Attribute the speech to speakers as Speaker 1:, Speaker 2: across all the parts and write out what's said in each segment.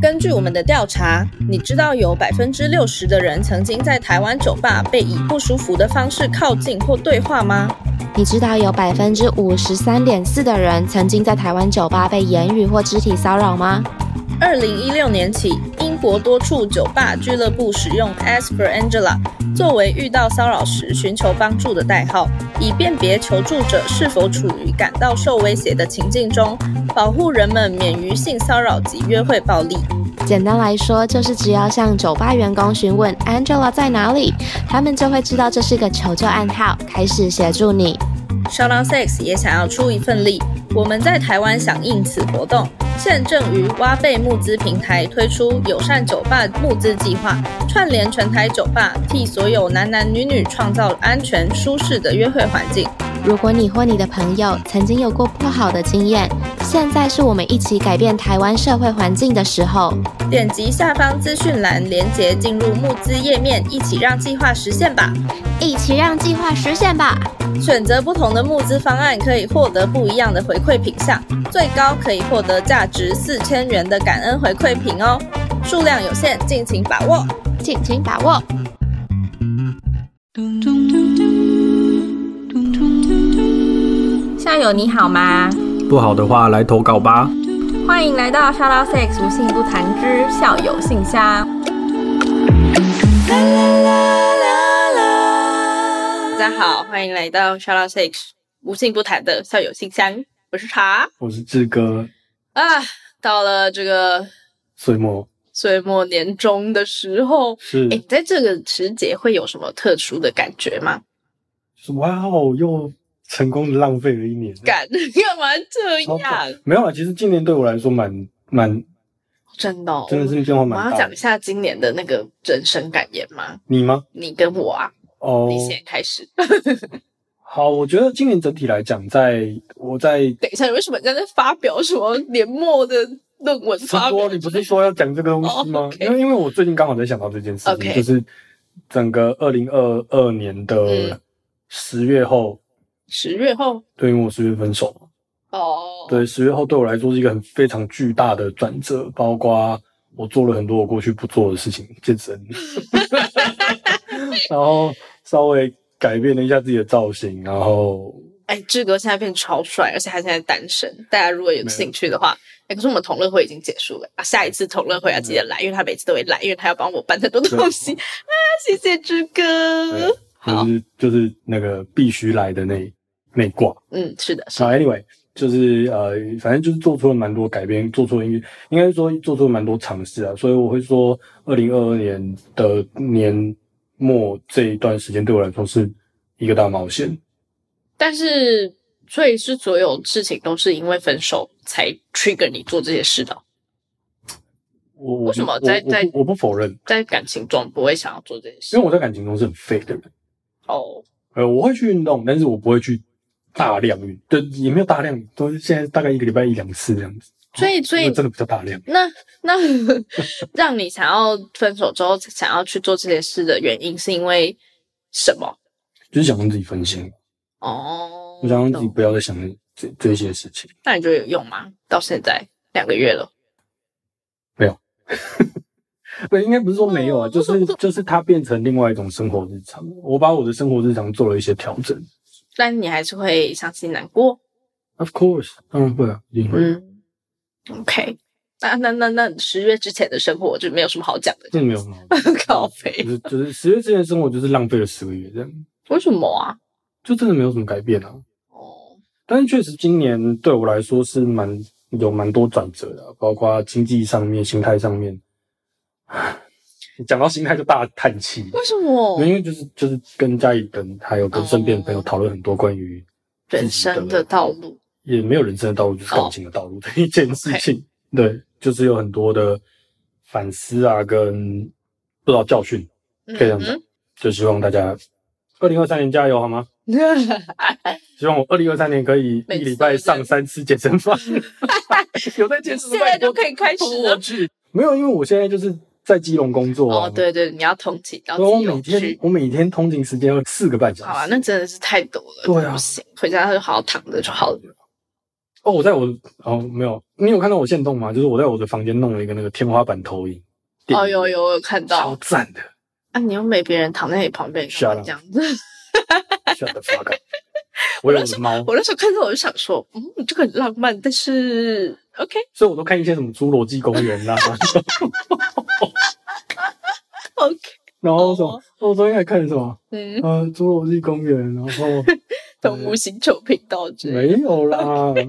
Speaker 1: 根据我们的调查，你知道有百分之六十的人曾经在台湾酒吧被以不舒服的方式靠近或对话吗？
Speaker 2: 你知道有百分之五十三点四的人曾经在台湾酒吧被言语或肢体骚扰吗？
Speaker 1: 二零一六年起，英国多处酒吧俱乐部使用 Ask for Angela 作为遇到骚扰时寻求帮助的代号，以辨别求助者是否处于感到受威胁的情境中，保护人们免于性骚扰及约会暴力。
Speaker 2: 简单来说，就是只要向酒吧员工询问 Angela 在哪里，他们就会知道这是个求救暗号，开始协助你。
Speaker 1: Shout Out Sex 也想要出一份力，我们在台湾响应此活动，现正于挖贝募资平台推出友善酒吧募资计划，串联全台酒吧，替所有男男女女创造安全舒适的约会环境。
Speaker 2: 如果你或你的朋友曾经有过不好的经验，现在是我们一起改变台湾社会环境的时候。
Speaker 1: 点击下方资讯栏连结进入募资页面，一起让计划实现吧！
Speaker 2: 一起让计划实现吧！
Speaker 1: 选择不同的募资方案，可以获得不一样的回馈品项，最高可以获得价值四千元的感恩回馈品哦，数量有限，敬请把握。
Speaker 2: 尽情把握。
Speaker 1: 校友你好吗？
Speaker 3: 不好的话来投稿吧。
Speaker 1: 欢迎来到 Shout Out Sex 无性不谈之校友信箱。大家好，欢迎来到 Shout Out Sex 无性不谈的校友信箱，我是茶
Speaker 3: 我是志哥，
Speaker 1: 啊。到了这个
Speaker 3: 岁末
Speaker 1: 岁末年终的时候，
Speaker 3: 是
Speaker 1: 哎，在这个时节会有什么特殊的感觉吗？
Speaker 3: 就是哇哦，又成功的浪费了一年。
Speaker 1: 干干嘛这
Speaker 3: 超
Speaker 1: 样？
Speaker 3: 没有啊，其实今年对我来说蛮蛮
Speaker 1: 真的、哦，
Speaker 3: 真的是变化
Speaker 1: 我们
Speaker 3: 蛮
Speaker 1: 要
Speaker 3: 大
Speaker 1: 讲
Speaker 3: 的
Speaker 1: 一。下今年的那个人生感言吗？
Speaker 3: 你吗？
Speaker 1: 你跟我啊，
Speaker 3: 哦，
Speaker 1: 你先开始。
Speaker 3: 好，我觉得今年整体来讲，在我在
Speaker 1: 等一下，为什么你在那发表什么年末的论文
Speaker 3: 直
Speaker 1: 发表
Speaker 3: 播，你不是说要讲这个东西
Speaker 1: 哦
Speaker 3: 吗？
Speaker 1: ，OK
Speaker 3: 因为因为我最近刚好在想到这件事情，
Speaker 1: OK
Speaker 3: 就是整个二零二二年
Speaker 1: 嗯
Speaker 3: 的十月后，
Speaker 1: 十月后？
Speaker 3: 对，因为我十月分手嘛，
Speaker 1: 哦，
Speaker 3: 对，十月后对我来说是一个很非常巨大的转折，包括我做了很多我过去不做的事情，健身，然后稍微改变了一下自己的造型，然后
Speaker 1: 哎，志哥现在变超帅，而且他现在单身。大家如果有
Speaker 3: 没有
Speaker 1: 兴趣的话，哎，可是我们同乐会已经结束了啊，下一次同乐会要记得来，因为他每次都会来，因为他要帮我搬很多东西啊。谢谢志
Speaker 3: 哦对嗯
Speaker 1: 哥。好
Speaker 3: 就是就是那个必须来的那那一卦。
Speaker 1: 嗯，是的，是的
Speaker 3: 啊，anyway，就是呃，反正就是做出了蛮多改变，做出了应应该说做出了蛮多尝试啊，所以我会说，二零二二年的年末这一段时间对我来说是一个大冒险。
Speaker 1: 但是，所以是所有事情都是因为分手才 trigger 你做这些事的哦，
Speaker 3: 我我
Speaker 1: 为什么
Speaker 3: 我
Speaker 1: 在
Speaker 3: 我不
Speaker 1: 在
Speaker 3: 我不否认，
Speaker 1: 在感情中不会想要做这些事
Speaker 3: 因为我在感情中是很废的人，
Speaker 1: 哦。
Speaker 3: 呃，我会去运动，但是我不会去大量运，对，也没有大量，都是现在大概一个礼拜一两次这样子。
Speaker 1: 所以，所
Speaker 3: 那
Speaker 1: 以
Speaker 3: 真的比较大量。
Speaker 1: 那那 让你想要分手之后想要去做这些事的原因，是因为什么？
Speaker 3: 就是想让自己分心，
Speaker 1: 哦，
Speaker 3: 我想让自己
Speaker 1: 嗯懂
Speaker 3: 不要再想这这些事情。
Speaker 1: 那你觉得有用吗？到现在两个月了，
Speaker 3: 不，应该不是说没有啊，
Speaker 1: 哦
Speaker 3: 就是就是它变成另外一种生活日常。我把我的生活日常做了一些调整。
Speaker 1: 但你还是会伤心难过。
Speaker 3: Of course，当然会啊，一定会。
Speaker 1: 嗯，OK。那那那那十月之前的生活就没有什么好讲的，
Speaker 3: 这没 有毛病，
Speaker 1: 靠肥
Speaker 3: 就。是就是十月之前的生活就是浪费了十个月这样，
Speaker 1: 为什么啊？
Speaker 3: 就真的没有什么改变啊。
Speaker 1: 哦，
Speaker 3: 但是确实今年对我来说是蛮有蛮多转折的啊、包括经济上面、心态上面。 讲到心态就大叹气，
Speaker 1: 为什么
Speaker 3: 因为就是就是跟家里人还有跟身边的朋友讨论很多关于
Speaker 1: 人生的道路？
Speaker 3: 也没有人生的道路，就是感情的道路的一件事情。对，就是有很多的反思啊，跟不知道教训，
Speaker 1: 嗯
Speaker 3: 可以这样讲。就希望大家二零二三年加油好吗？啊希望我二零二三年可以
Speaker 1: 每
Speaker 3: 一
Speaker 1: 次
Speaker 3: 礼拜上三次健身房， 有在健 身
Speaker 1: 现在就可
Speaker 3: 以
Speaker 1: 以开始
Speaker 3: 我
Speaker 1: 了。
Speaker 3: 去。没有，因为我现在就是在基隆工作啊
Speaker 1: 哦，，对对，你要通勤，然
Speaker 3: 所以
Speaker 1: 后
Speaker 3: 我
Speaker 1: 自由
Speaker 3: 每天
Speaker 1: 去。
Speaker 3: 我每天通勤时间要四个半小
Speaker 1: 好啊，
Speaker 3: 时。
Speaker 1: 那真的是太多了，
Speaker 3: 对啊
Speaker 1: 不行，回家就好好躺着就好了。
Speaker 3: 哦，我在我哦没有，你有看到我现动吗？就是我在我的房间弄了一个那个天花板投影，电
Speaker 1: 哦，
Speaker 3: 影
Speaker 1: 有有我有看
Speaker 3: 超
Speaker 1: 到
Speaker 3: 赞的
Speaker 1: 啊！你又没别人躺在你旁边，干嘛
Speaker 3: Shut up
Speaker 1: 这样子？
Speaker 3: ，shut the fuck up！我有我的猫，
Speaker 1: 我那时候看到我就想说，嗯，这个很浪漫，但是 OK，
Speaker 3: 所以我都看一些什么侏罗纪公园啊 啦，
Speaker 1: OK，
Speaker 3: 然后什
Speaker 1: 啊
Speaker 3: 么，我昨天还看什么
Speaker 1: 嗯，
Speaker 3: 呃侏罗纪公园，然后
Speaker 1: 动物星球频道之类
Speaker 3: 没有啦，
Speaker 1: 的，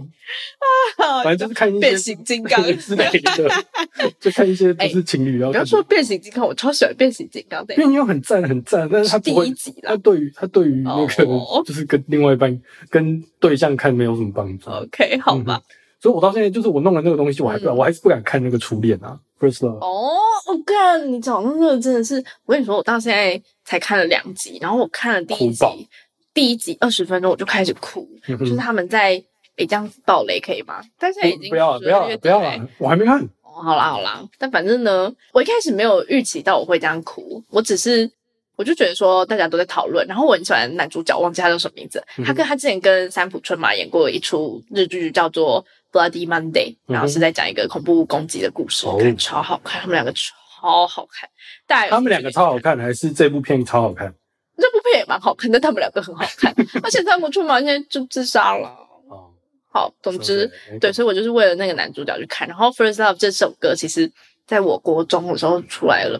Speaker 3: 反正就是看一
Speaker 1: 啊变
Speaker 3: 些
Speaker 1: 形金刚
Speaker 3: 之类的，就看一些不是情侣要
Speaker 1: 哎不要
Speaker 3: 看
Speaker 1: 说变形金刚，我超喜欢变形金刚的，
Speaker 3: 变形很赞很赞，但是他
Speaker 1: 是第
Speaker 3: 不会
Speaker 1: 一，集啦
Speaker 3: 他。对于他对于那个、
Speaker 1: 哦
Speaker 3: 就是跟另外一半跟对象看没有什么帮助，嗯
Speaker 1: OK，好哦吧。
Speaker 3: 所以我到现在就是我弄了那个东西，我还不、
Speaker 1: 嗯
Speaker 3: 我还是不敢看那个初恋啊，First Love，、
Speaker 1: 哦，我看你讲到这个真的是，我跟你说，我到现在才看了两集，然后我看了第一
Speaker 3: 哭爆
Speaker 1: 集，第一集二十分钟我就开始哭，
Speaker 3: 嗯
Speaker 1: 就是
Speaker 3: 哼
Speaker 1: 他们在诶这样子爆雷可以吗？但现在已经
Speaker 3: 嗯不要了
Speaker 1: 12
Speaker 3: 不要了
Speaker 1: 月欸
Speaker 3: 不要
Speaker 1: 底嘞
Speaker 3: 了，我还没看，
Speaker 1: 哦，好啦好啦，但反正呢，我一开始没有预期到我会这样哭，我只是我就觉得说大家都在讨论，然后我很喜欢男主角，忘记他叫什么名字，
Speaker 3: 嗯哼
Speaker 1: 他跟他之前跟三浦春马演过一出日剧叫做《Bloody Monday》，然后是在讲一个恐怖攻击的故事，
Speaker 3: 嗯哦
Speaker 1: 我看超好看，他们两个超好看，但
Speaker 3: 他们两个超好看，还是这部片超好看
Speaker 1: 这部片也蛮好看，但他们两个很好看， 而且三浦春马现在就自杀了。
Speaker 3: 哦，
Speaker 1: 好，总之。
Speaker 3: OK，
Speaker 1: 对，所以我就是为了那个男主角去看。然后《First Love》这首歌，其实在我国中的时候出来了，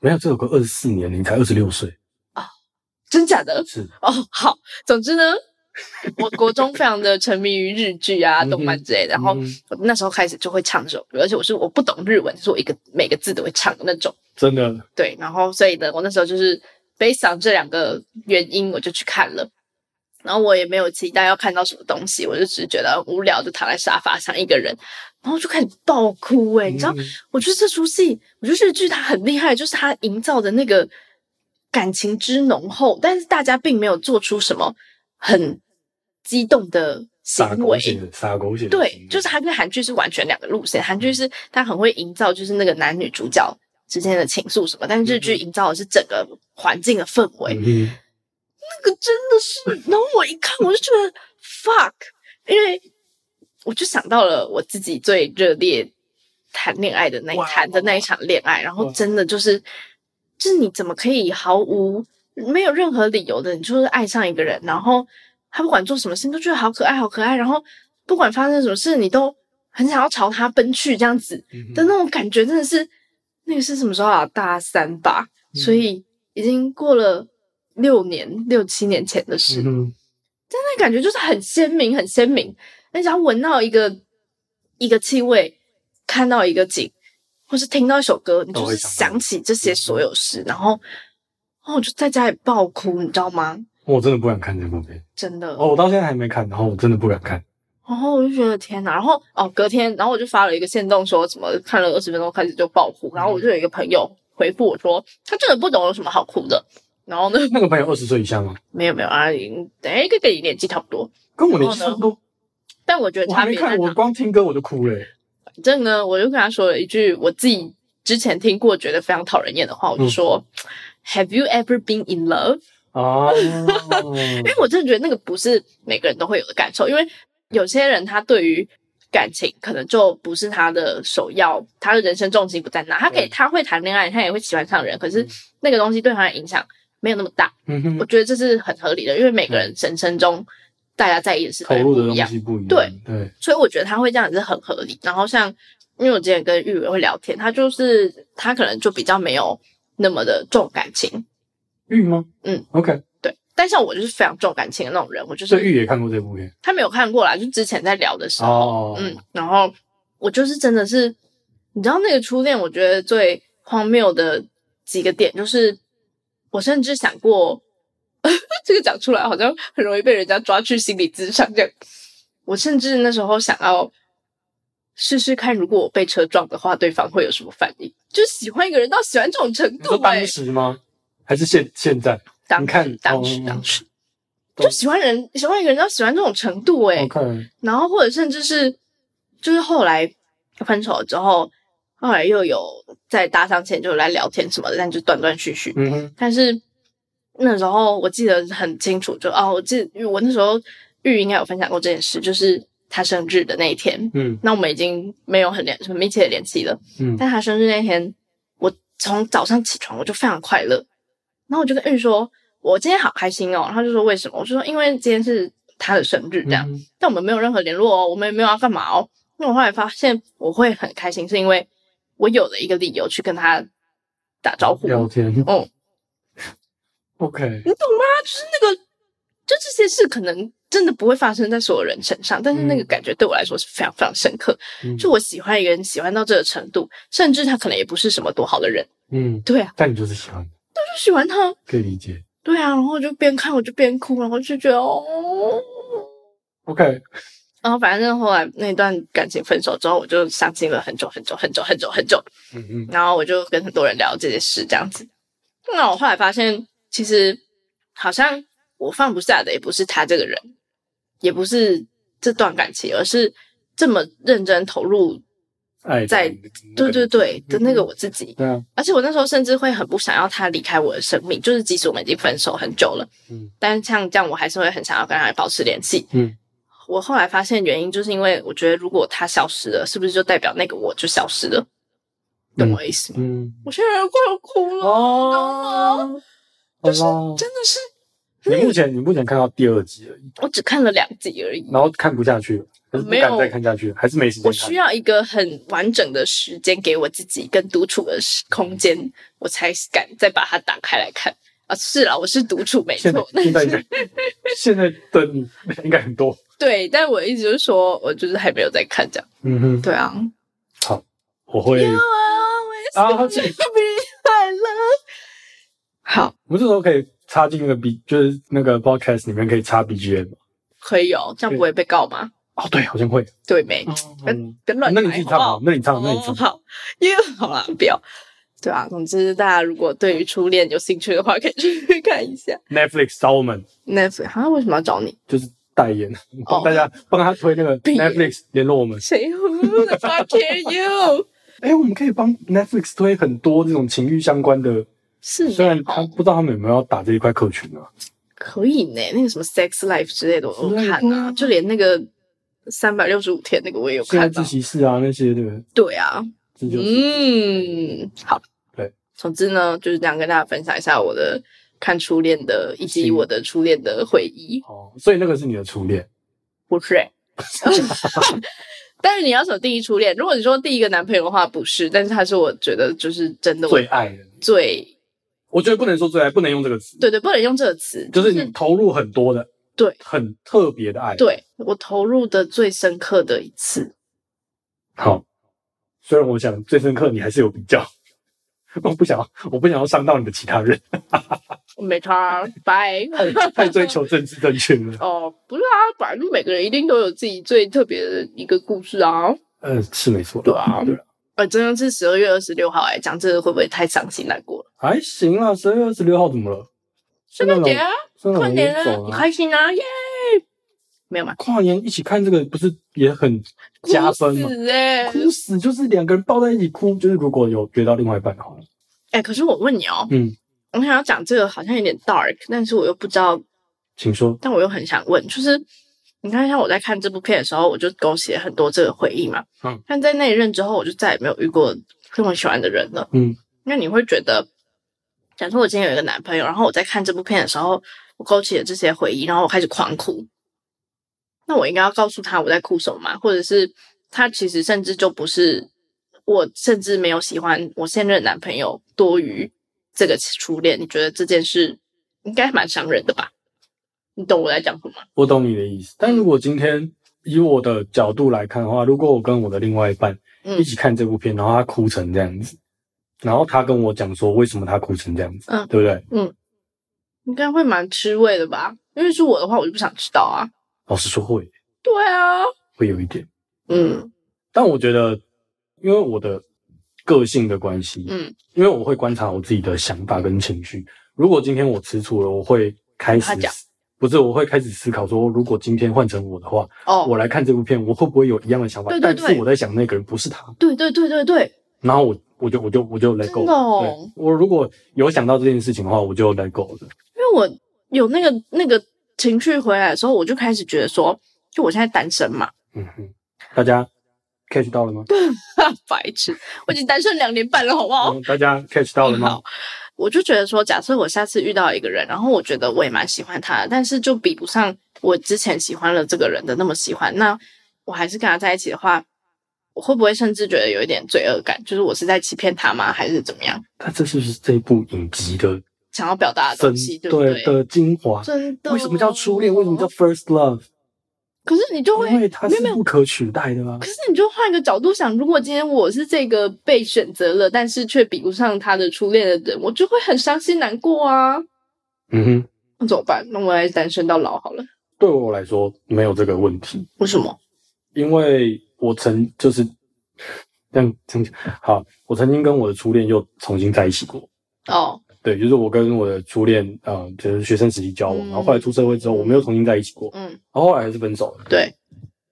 Speaker 3: 没有这首歌二十四年，你才二十六岁，
Speaker 1: 真假的？
Speaker 3: 是
Speaker 1: 哦，好，总之呢，我国中非常的沉迷于日剧啊、
Speaker 3: 嗯哼
Speaker 1: 动漫之类的，然后
Speaker 3: 嗯
Speaker 1: 我那时候开始就会唱这首歌，而且我是我不懂日文，就是我一个每个字都会唱的那种。
Speaker 3: 真的
Speaker 1: 对，然后所以呢，我那时候就是 based on 这两个原因，我就去看了。然后我也没有期待要看到什么东西，我就只是觉得无聊，就躺在沙发上一个人，然后就开始爆哭哎、你知道
Speaker 3: 嗯
Speaker 1: 我觉得这出戏，我觉得日剧它很厉害，就是它营造的那个感情之浓厚，但是大家并没有做出什么很激动的
Speaker 3: 撒
Speaker 1: 行
Speaker 3: 狗
Speaker 1: 为。
Speaker 3: 血撒狗血的行为，
Speaker 1: 对，就是它跟韩剧是完全两个路线。韩剧是它很会营造，就是那个男女主角之间的情愫什么，但是日剧营造的是整个环境的氛围。
Speaker 3: 嗯哼
Speaker 1: 那个真的是，然后我一看我就觉得 fuck，因为我就想到了我自己最热烈谈恋爱的那一
Speaker 3: 哇
Speaker 1: 谈的那一场恋爱，然后
Speaker 3: 哇
Speaker 1: 真的就是，就是你怎么可以毫无没有任何理由的，你就是爱上一个人，然后他不管做什么事，你都觉得好可爱，好可爱，然后不管发生什么事，你都很想要朝他奔去这样子，
Speaker 3: 嗯哼
Speaker 1: 的那种感觉真的是，那个是什么时候啊？大三吧，
Speaker 3: 嗯
Speaker 1: 所以已经过了六年、六七年前的事。
Speaker 3: 嗯哼
Speaker 1: 那感觉就是很鲜明，很鲜明。那只要闻到一个一个气味，看到一个景，或是听到一首歌，你
Speaker 3: 都
Speaker 1: 就
Speaker 3: 会
Speaker 1: 是
Speaker 3: 想到嗯
Speaker 1: 想起这些所有事，然后，哦，我就在家里爆哭，你知道吗？
Speaker 3: 我真的不敢看这部片，
Speaker 1: 真的。
Speaker 3: 哦，我到现在还没看，然后我真的不敢看。
Speaker 1: 然后我就觉得天哪，然后哦，隔天，然后我就发了一个线动，说什么看了二十分钟开始就爆哭，然后我就有一个朋友回复我说，他真的不懂有什么好哭的。然后呢，
Speaker 3: 那个朋友二十岁以下吗？
Speaker 1: 没有没有，阿玲，哎，跟跟你年纪差不多，
Speaker 3: 跟我年纪差不多，
Speaker 1: 但我觉得
Speaker 3: 我
Speaker 1: 差
Speaker 3: 还没
Speaker 1: 别在
Speaker 3: 看，我
Speaker 1: 哪？
Speaker 3: 光听歌我就哭了欸、
Speaker 1: 反正呢，我就跟他说了一句我自己之前听过觉得非常讨人厌的话，我
Speaker 3: 嗯
Speaker 1: 就说、Have you ever been in love？
Speaker 3: 啊，
Speaker 1: 因为我真的觉得那个不是每个人都会有的感受，因为有些人他对于感情可能就不是他的首要，他的人生重心不在那。他可以
Speaker 3: 嗯
Speaker 1: 他会谈恋爱，他也会喜欢上人，可是
Speaker 3: 嗯
Speaker 1: 那个东西对他的影响没有那么大。
Speaker 3: 嗯哼
Speaker 1: 我觉得这是很合理的，因为每个人人生中大家在意的事
Speaker 3: 投
Speaker 1: 都
Speaker 3: 入的
Speaker 1: 不一
Speaker 3: 东
Speaker 1: 样，
Speaker 3: 西不一样，
Speaker 1: 对
Speaker 3: 对，
Speaker 1: 所以我觉得他会这样子是很合理。然后像因为我之前跟玉伟会聊天，他就是他可能就比较没有那么的重感情，
Speaker 3: 玉吗？
Speaker 1: 嗯
Speaker 3: ，OK，
Speaker 1: 对。但像我就是非常重感情的那种人，我就是
Speaker 3: 所以玉也看过这部片
Speaker 1: 他没有看过啦，就之前在聊的时候，
Speaker 3: 哦，
Speaker 1: 嗯，然后我就是真的是，你知道那个初恋，我觉得最荒谬的几个点就是，我甚至想过， 这个讲出来好像很容易被人家抓去心理咨商这样。我甚至那时候想要试试看，如果我被车撞的话，对方会有什么反应？就是喜欢一个人到喜欢这种程
Speaker 3: 你说
Speaker 1: 度、欸，
Speaker 3: 当时吗？还是现现在？
Speaker 1: 当
Speaker 3: 你看
Speaker 1: 时当时
Speaker 3: 哦
Speaker 1: 当时，
Speaker 3: 懂
Speaker 1: 就喜欢人喜欢一个人到喜欢这种程度、欸，哎、
Speaker 3: 我看
Speaker 1: 然后或者甚至是就是后来分手之后，后来又有再搭上线就来聊天什么的，但就断断续续。
Speaker 3: 嗯哼，
Speaker 1: 但是那时候我记得很清楚，就哦，我记得我那时候玉应该有分享过这件事，就是他生日的那一天，
Speaker 3: 嗯
Speaker 1: 那我们已经没有很联很密切的联系了。
Speaker 3: 嗯
Speaker 1: 但他生日那天，我从早上起床我就非常快乐，然后我就跟玉说，我今天好开心哦。然后他就说为什么？我就说因为今天是他的生日这样。
Speaker 3: 嗯
Speaker 1: 但我们没有任何联络哦，我们也没有要干嘛哦。那我后来发现我会很开心，是因为我有了一个理由去跟他打招呼。
Speaker 3: 聊天
Speaker 1: 哦
Speaker 3: ，OK，
Speaker 1: 你懂吗？就是那个，就这些事可能真的不会发生在所有人身上，但是那个
Speaker 3: 嗯
Speaker 1: 感觉对我来说是非常非常深刻。
Speaker 3: 嗯
Speaker 1: 就我喜欢一个人，喜欢到这个程度，甚至他可能也不是什么多好的人，
Speaker 3: 嗯，
Speaker 1: 对啊，
Speaker 3: 但你就是喜欢，
Speaker 1: 就喜欢他，
Speaker 3: 可以理解
Speaker 1: 对啊，然后我就边看我就边哭，然后就觉得哦，
Speaker 3: ，OK，
Speaker 1: 然后反正后来那段感情分手之后，我就伤心了很久很久很久很久很久，
Speaker 3: 嗯嗯
Speaker 1: 然后我就跟很多人聊这件事，这样子。那我后来发现，其实好像我放不下的也不是他这个人，也不是这段感情，而是这么认真投入，
Speaker 3: 爱
Speaker 1: 在
Speaker 3: 情那
Speaker 1: 对
Speaker 3: 个
Speaker 1: 对对的那个
Speaker 3: 嗯
Speaker 1: 我自己。
Speaker 3: 对啊，
Speaker 1: 而且我那时候甚至会很不想要他离开我的生命，就是即使我们已经分手很久了，
Speaker 3: 嗯，
Speaker 1: 但像这样我还是会很想要跟他保持联系。
Speaker 3: 嗯，
Speaker 1: 我后来发现原因就是因为我觉得如果他消失了，是不是就代表那个我就消失了？懂我意思吗？
Speaker 3: 嗯，
Speaker 1: 我现在快要哭了，懂吗？
Speaker 3: 哦好
Speaker 1: 就是
Speaker 3: 啦，
Speaker 1: 真的是，
Speaker 3: 你目前你目前看到第二集而已，
Speaker 1: 我只看了两集而已。
Speaker 3: 然后看不下去了，还是不
Speaker 1: 没有
Speaker 3: 敢再看下去了，还是没时间
Speaker 1: 我
Speaker 3: 看
Speaker 1: 需。要一个很完整的时间给我自己跟独处的时空间，我才敢再把它打开来看啊！是啦，我是独处没
Speaker 3: 现在
Speaker 1: 错，但
Speaker 3: 现在应
Speaker 1: 是
Speaker 3: 该 现在的你应该很多，
Speaker 1: 对，但我一直就是说，我就是还没有在看这样。
Speaker 3: 嗯哼，
Speaker 1: 对啊，
Speaker 3: 我会啊，他这
Speaker 1: 快乐。好，
Speaker 3: 我们这时候可以插进那个 B，就是那个 podcast 里面可以插 BGM 吗
Speaker 1: 可以哦，这样不会被告吗？
Speaker 3: 哦，对，好像会。
Speaker 1: 对没？
Speaker 3: 嗯，
Speaker 1: 别乱
Speaker 3: 那你
Speaker 1: 来
Speaker 3: 自己
Speaker 1: 好
Speaker 3: 唱啊
Speaker 1: 不好
Speaker 3: 好，那你唱，那你
Speaker 1: 哦
Speaker 3: 唱。
Speaker 1: 好，因为好啦，不要。对啊，总之大家如果对于初恋有兴趣的话，可以去看一下。
Speaker 3: Netflix 找我们
Speaker 1: 那好像为什么要找你？
Speaker 3: 就是代言，帮
Speaker 1: 哦
Speaker 3: 大家帮他推那个
Speaker 1: 闭眼
Speaker 3: Netflix 联络我们。
Speaker 1: 谁 Who the fuck care you？
Speaker 3: 哎，我们可以帮 Netflix 推很多这种情欲相关的，
Speaker 1: 是
Speaker 3: 虽然
Speaker 1: 呢
Speaker 3: 他
Speaker 1: 哦
Speaker 3: 不知道他们有没有要打这一块客群啊。
Speaker 1: 可以呢，那个什么 sex life 之类的我都看
Speaker 3: 之类的
Speaker 1: 啊
Speaker 3: 啊，
Speaker 1: 就连那个三百六十五天那个我也有
Speaker 3: 现在
Speaker 1: 看到
Speaker 3: 自。习室啊那些的，
Speaker 1: 对啊，
Speaker 3: 这就是
Speaker 1: 嗯，好，
Speaker 3: 对，
Speaker 1: 总之呢，就是这样跟大家分享一下我的看初恋的，以及
Speaker 3: 行
Speaker 1: 我的初恋的回忆。
Speaker 3: 哦，所以那个是你的初恋。
Speaker 1: 不是、欸， 但是你要说第一初恋，如果你说第一个男朋友的话，不是，但是他是我觉得就是真的我
Speaker 3: 最爱的，
Speaker 1: 最
Speaker 3: 我觉得不能说最爱，不能用这个词，
Speaker 1: 对对，不能用这个词，
Speaker 3: 就是你投入很多的，
Speaker 1: 对，
Speaker 3: 很特别的爱，，
Speaker 1: 对我投入的最深刻的一次，
Speaker 3: 好。虽然我想最深刻，你还是有比较， 我不想，我不想要伤到你的其他 人，
Speaker 1: 没差，拜。
Speaker 3: 太太追求政治正确了。
Speaker 1: 哦，不是啊，本来就每个人一定都有自己最特别的一个故事啊。
Speaker 3: 嗯，是没错，
Speaker 1: 对啊
Speaker 3: 对啊，
Speaker 1: 呃，真的是十二月二十六号哎、讲这个会不会太伤心难过了？
Speaker 3: 还行啦。十二月二十六号怎么了？
Speaker 1: 圣诞节啊，
Speaker 3: 圣
Speaker 1: 快
Speaker 3: 诞
Speaker 1: 点
Speaker 3: 节
Speaker 1: 啊，
Speaker 3: 走
Speaker 1: 很
Speaker 3: 了，
Speaker 1: 开心啊，耶！没有嘛，
Speaker 3: 跨年一起看这个不是也很加分吗
Speaker 1: 哭？死哎、
Speaker 3: 哭死就是两个人抱在一起哭，就是如果有追到另外一半的话，
Speaker 1: 哎、可是我问你哦，
Speaker 3: 嗯，
Speaker 1: 我想要讲这个好像有点 dark，但是我又不知道，
Speaker 3: 请说。
Speaker 1: 但我又很想问，就是你看，像我在看这部片的时候，我就勾起了很多这个回忆嘛。
Speaker 3: 嗯。
Speaker 1: 但在那一任之后，我就再也没有遇过这么喜欢的人了。
Speaker 3: 嗯。
Speaker 1: 那你会觉得，假设我今天有一个男朋友，然后我在看这部片的时候，我勾起了这些回忆，然后我开始狂哭，那我应该要告诉他我在哭什么吗？或者是他其实甚至就不是我，甚至没有喜欢我现任男朋友多于这个初恋。你觉得这件事应该蛮伤人的吧？你懂我在讲什么吗？
Speaker 3: 我懂你的意思，但如果今天以我的角度来看的话，如果我跟我的另外一半
Speaker 1: 嗯
Speaker 3: 一起看这部片，然后他哭成这样子，然后他跟我讲说为什么他哭成这样子，
Speaker 1: 嗯
Speaker 3: 对不对？
Speaker 1: 应该会蛮吃味的吧？因为是我的话，我就不想知道啊。
Speaker 3: 老实说会
Speaker 1: 对啊，
Speaker 3: 会有一点，
Speaker 1: 嗯
Speaker 3: 但我觉得因为我的个性的关系，
Speaker 1: 嗯，
Speaker 3: 因为我会观察我自己的想法跟情绪。如果今天我吃醋了，我会开始
Speaker 1: 他讲
Speaker 3: 不是，我会开始思考说，如果今天换成我的话，
Speaker 1: 哦，
Speaker 3: 我来看这部片，我会不会有一样的想法？
Speaker 1: 对对对
Speaker 3: 但是我在想那个人不是他，
Speaker 1: 对对对对对，
Speaker 3: 然后我我就我就我就 let go
Speaker 1: 真的
Speaker 3: 了。
Speaker 1: 哦
Speaker 3: 对我如果有想到这件事情的话，我就 let go 了。
Speaker 1: 因为我有那个那个情绪回来的时候，我就开始觉得说，就我现在单身嘛，
Speaker 3: 嗯哼，大家 catch 到了吗？
Speaker 1: 白痴，我已经单身两年半了，好不好？
Speaker 3: 嗯大家 catch 到了吗
Speaker 1: 好？我就觉得说，假设我下次遇到一个人，然后我觉得我也蛮喜欢他的，但是就比不上我之前喜欢了这个人的那么喜欢，那我还是跟他在一起的话，我会不会甚至觉得有一点罪恶感？就是我是在欺骗他吗？还是怎么样？
Speaker 3: 那这是不是这一部影集的
Speaker 1: 想要表达的
Speaker 3: 真
Speaker 1: 东西，对不
Speaker 3: 对的精华？
Speaker 1: 真的？哦
Speaker 3: 为什么叫初恋？为什么叫？first love？
Speaker 1: 可是你就会
Speaker 3: 因为它
Speaker 1: 没有
Speaker 3: 是
Speaker 1: 没有
Speaker 3: 不可取代的啊
Speaker 1: 可。是你就换个角度想，如果今天我是这个被选择了，但是却比不上他的初恋的人，我就会很伤心难过啊。
Speaker 3: 嗯哼，
Speaker 1: 那怎么办？那我来单身到老好了。
Speaker 3: 对我来说没有这个问题，
Speaker 1: 为什么？
Speaker 3: 因为我曾就是这样这样讲。好，我曾经跟我的初恋又重新在一起过。
Speaker 1: 哦，
Speaker 3: 对，就是我跟我的初恋，呃，就是学生时期交往，
Speaker 1: 嗯
Speaker 3: 然后后来出社会之后，我们又重新在一起过，
Speaker 1: 嗯，
Speaker 3: 然后后来还是分手了。
Speaker 1: 对，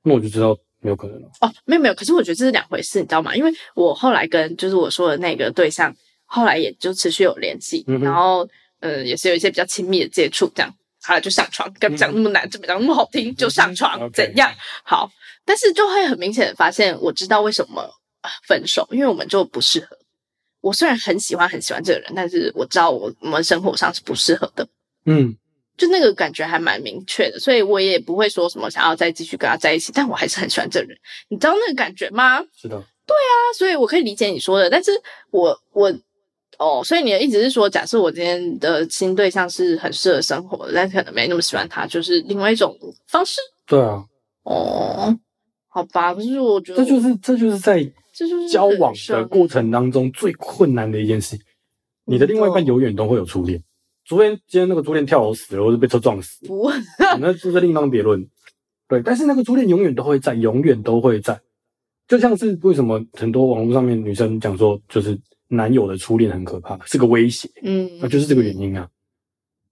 Speaker 3: 那我就知道没有可能了。
Speaker 1: 哦，没有没有，可是我觉得这是两回事，你知道吗？因为我后来跟就是我说的那个对象，后来也就持续有联系，
Speaker 3: 嗯哼
Speaker 1: 然后呃也是有一些比较亲密的接触，这样。好了，就上床，干嘛讲那么难，怎么讲那么好听，就上床，
Speaker 3: OK
Speaker 1: 怎样？好，但是就会很明显的发现，我知道为什么啊分手，因为我们就不适合。我虽然很喜欢很喜欢这个人，但是我知道我我们生活上是不适合的。
Speaker 3: 嗯，
Speaker 1: 就那个感觉还蛮明确的，所以我也不会说什么想要再继续跟他在一起，但我还是很喜欢这个人，你知道那个感觉吗？啊，
Speaker 3: 是的，
Speaker 1: 所以我可以理解你说的，但是我我哦，所以你的意思是说，假设我今天的新对象是很适合生活的，但可能没那么喜欢他，就是另外一种方式
Speaker 3: 对啊，
Speaker 1: 哦。好吧，可是我觉得
Speaker 3: 这就是这就是在
Speaker 1: 这就是
Speaker 3: 交往
Speaker 1: 人
Speaker 3: 的
Speaker 1: 生
Speaker 3: 过程当中最困难的一件事。你的另外一半永远都会有初恋，除非今天那个初恋跳楼死了，或者被车撞死，
Speaker 1: 嗯不
Speaker 3: 那这是另当别论。对，但是那个初恋永远都会在，永远都会在。就像是为什么很多网络上面女生讲说，就是男友的初恋很可怕，是个威胁。
Speaker 1: 嗯
Speaker 3: 啊，就是这个原因啊。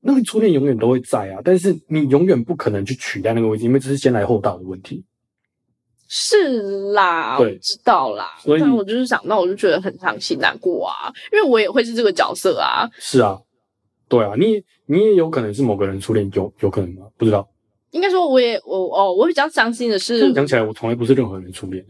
Speaker 3: 那个初恋永远都会在啊，但是你永远不可能去取代那个位置，因为这是先来后到的问题。
Speaker 1: 是啦，我
Speaker 3: 对
Speaker 1: 知道啦。
Speaker 3: 所以
Speaker 1: 但我就是想到，我就觉得很伤心难过啊，因为我也会是这个角色啊。
Speaker 3: 是啊，对啊，你你也有可能是某个人初恋，有有可能吗？不知道。
Speaker 1: 应该说，我也我哦，我比较伤心的
Speaker 3: 这
Speaker 1: 是
Speaker 3: 样讲起来，我从来不是任何人初恋。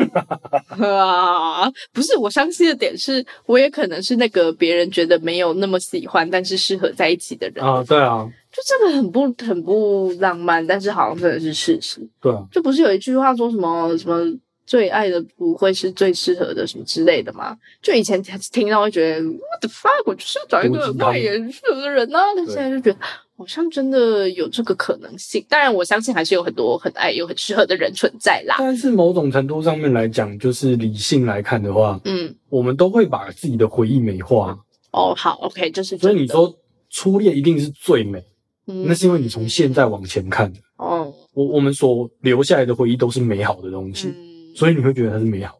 Speaker 1: 啊，不是我伤心的点是，我也可能是那个别人觉得没有那么喜欢，但是适合在一起的人。
Speaker 3: 啊，对啊，
Speaker 1: 就这个很不很不浪漫，但是好像真的是事实。
Speaker 3: 对啊，
Speaker 1: 就不是有一句话说什么什么最爱的不会是最适合的什么之类的吗？就以前听到会觉得 what the fuck，我就是要找一个
Speaker 3: 毒鸡汤
Speaker 1: 外人适合的人啊，但现在就觉得好像真的有这个可能性。当然，我相信还是有很多很爱又很适合的人存在啦。
Speaker 3: 但是某种程度上面来讲，就是理性来看的话，
Speaker 1: 嗯，
Speaker 3: 我们都会把自己的回忆美化。
Speaker 1: 哦，好，OK，这是
Speaker 3: 所
Speaker 1: 真
Speaker 3: 以
Speaker 1: 的
Speaker 3: 你，说初恋一定是最美，
Speaker 1: 嗯
Speaker 3: 那是因为你从现在往前看的。
Speaker 1: 哦，
Speaker 3: 我我们所留下来的回忆都是美好的东西。
Speaker 1: 嗯，
Speaker 3: 所以你会觉得它是美好。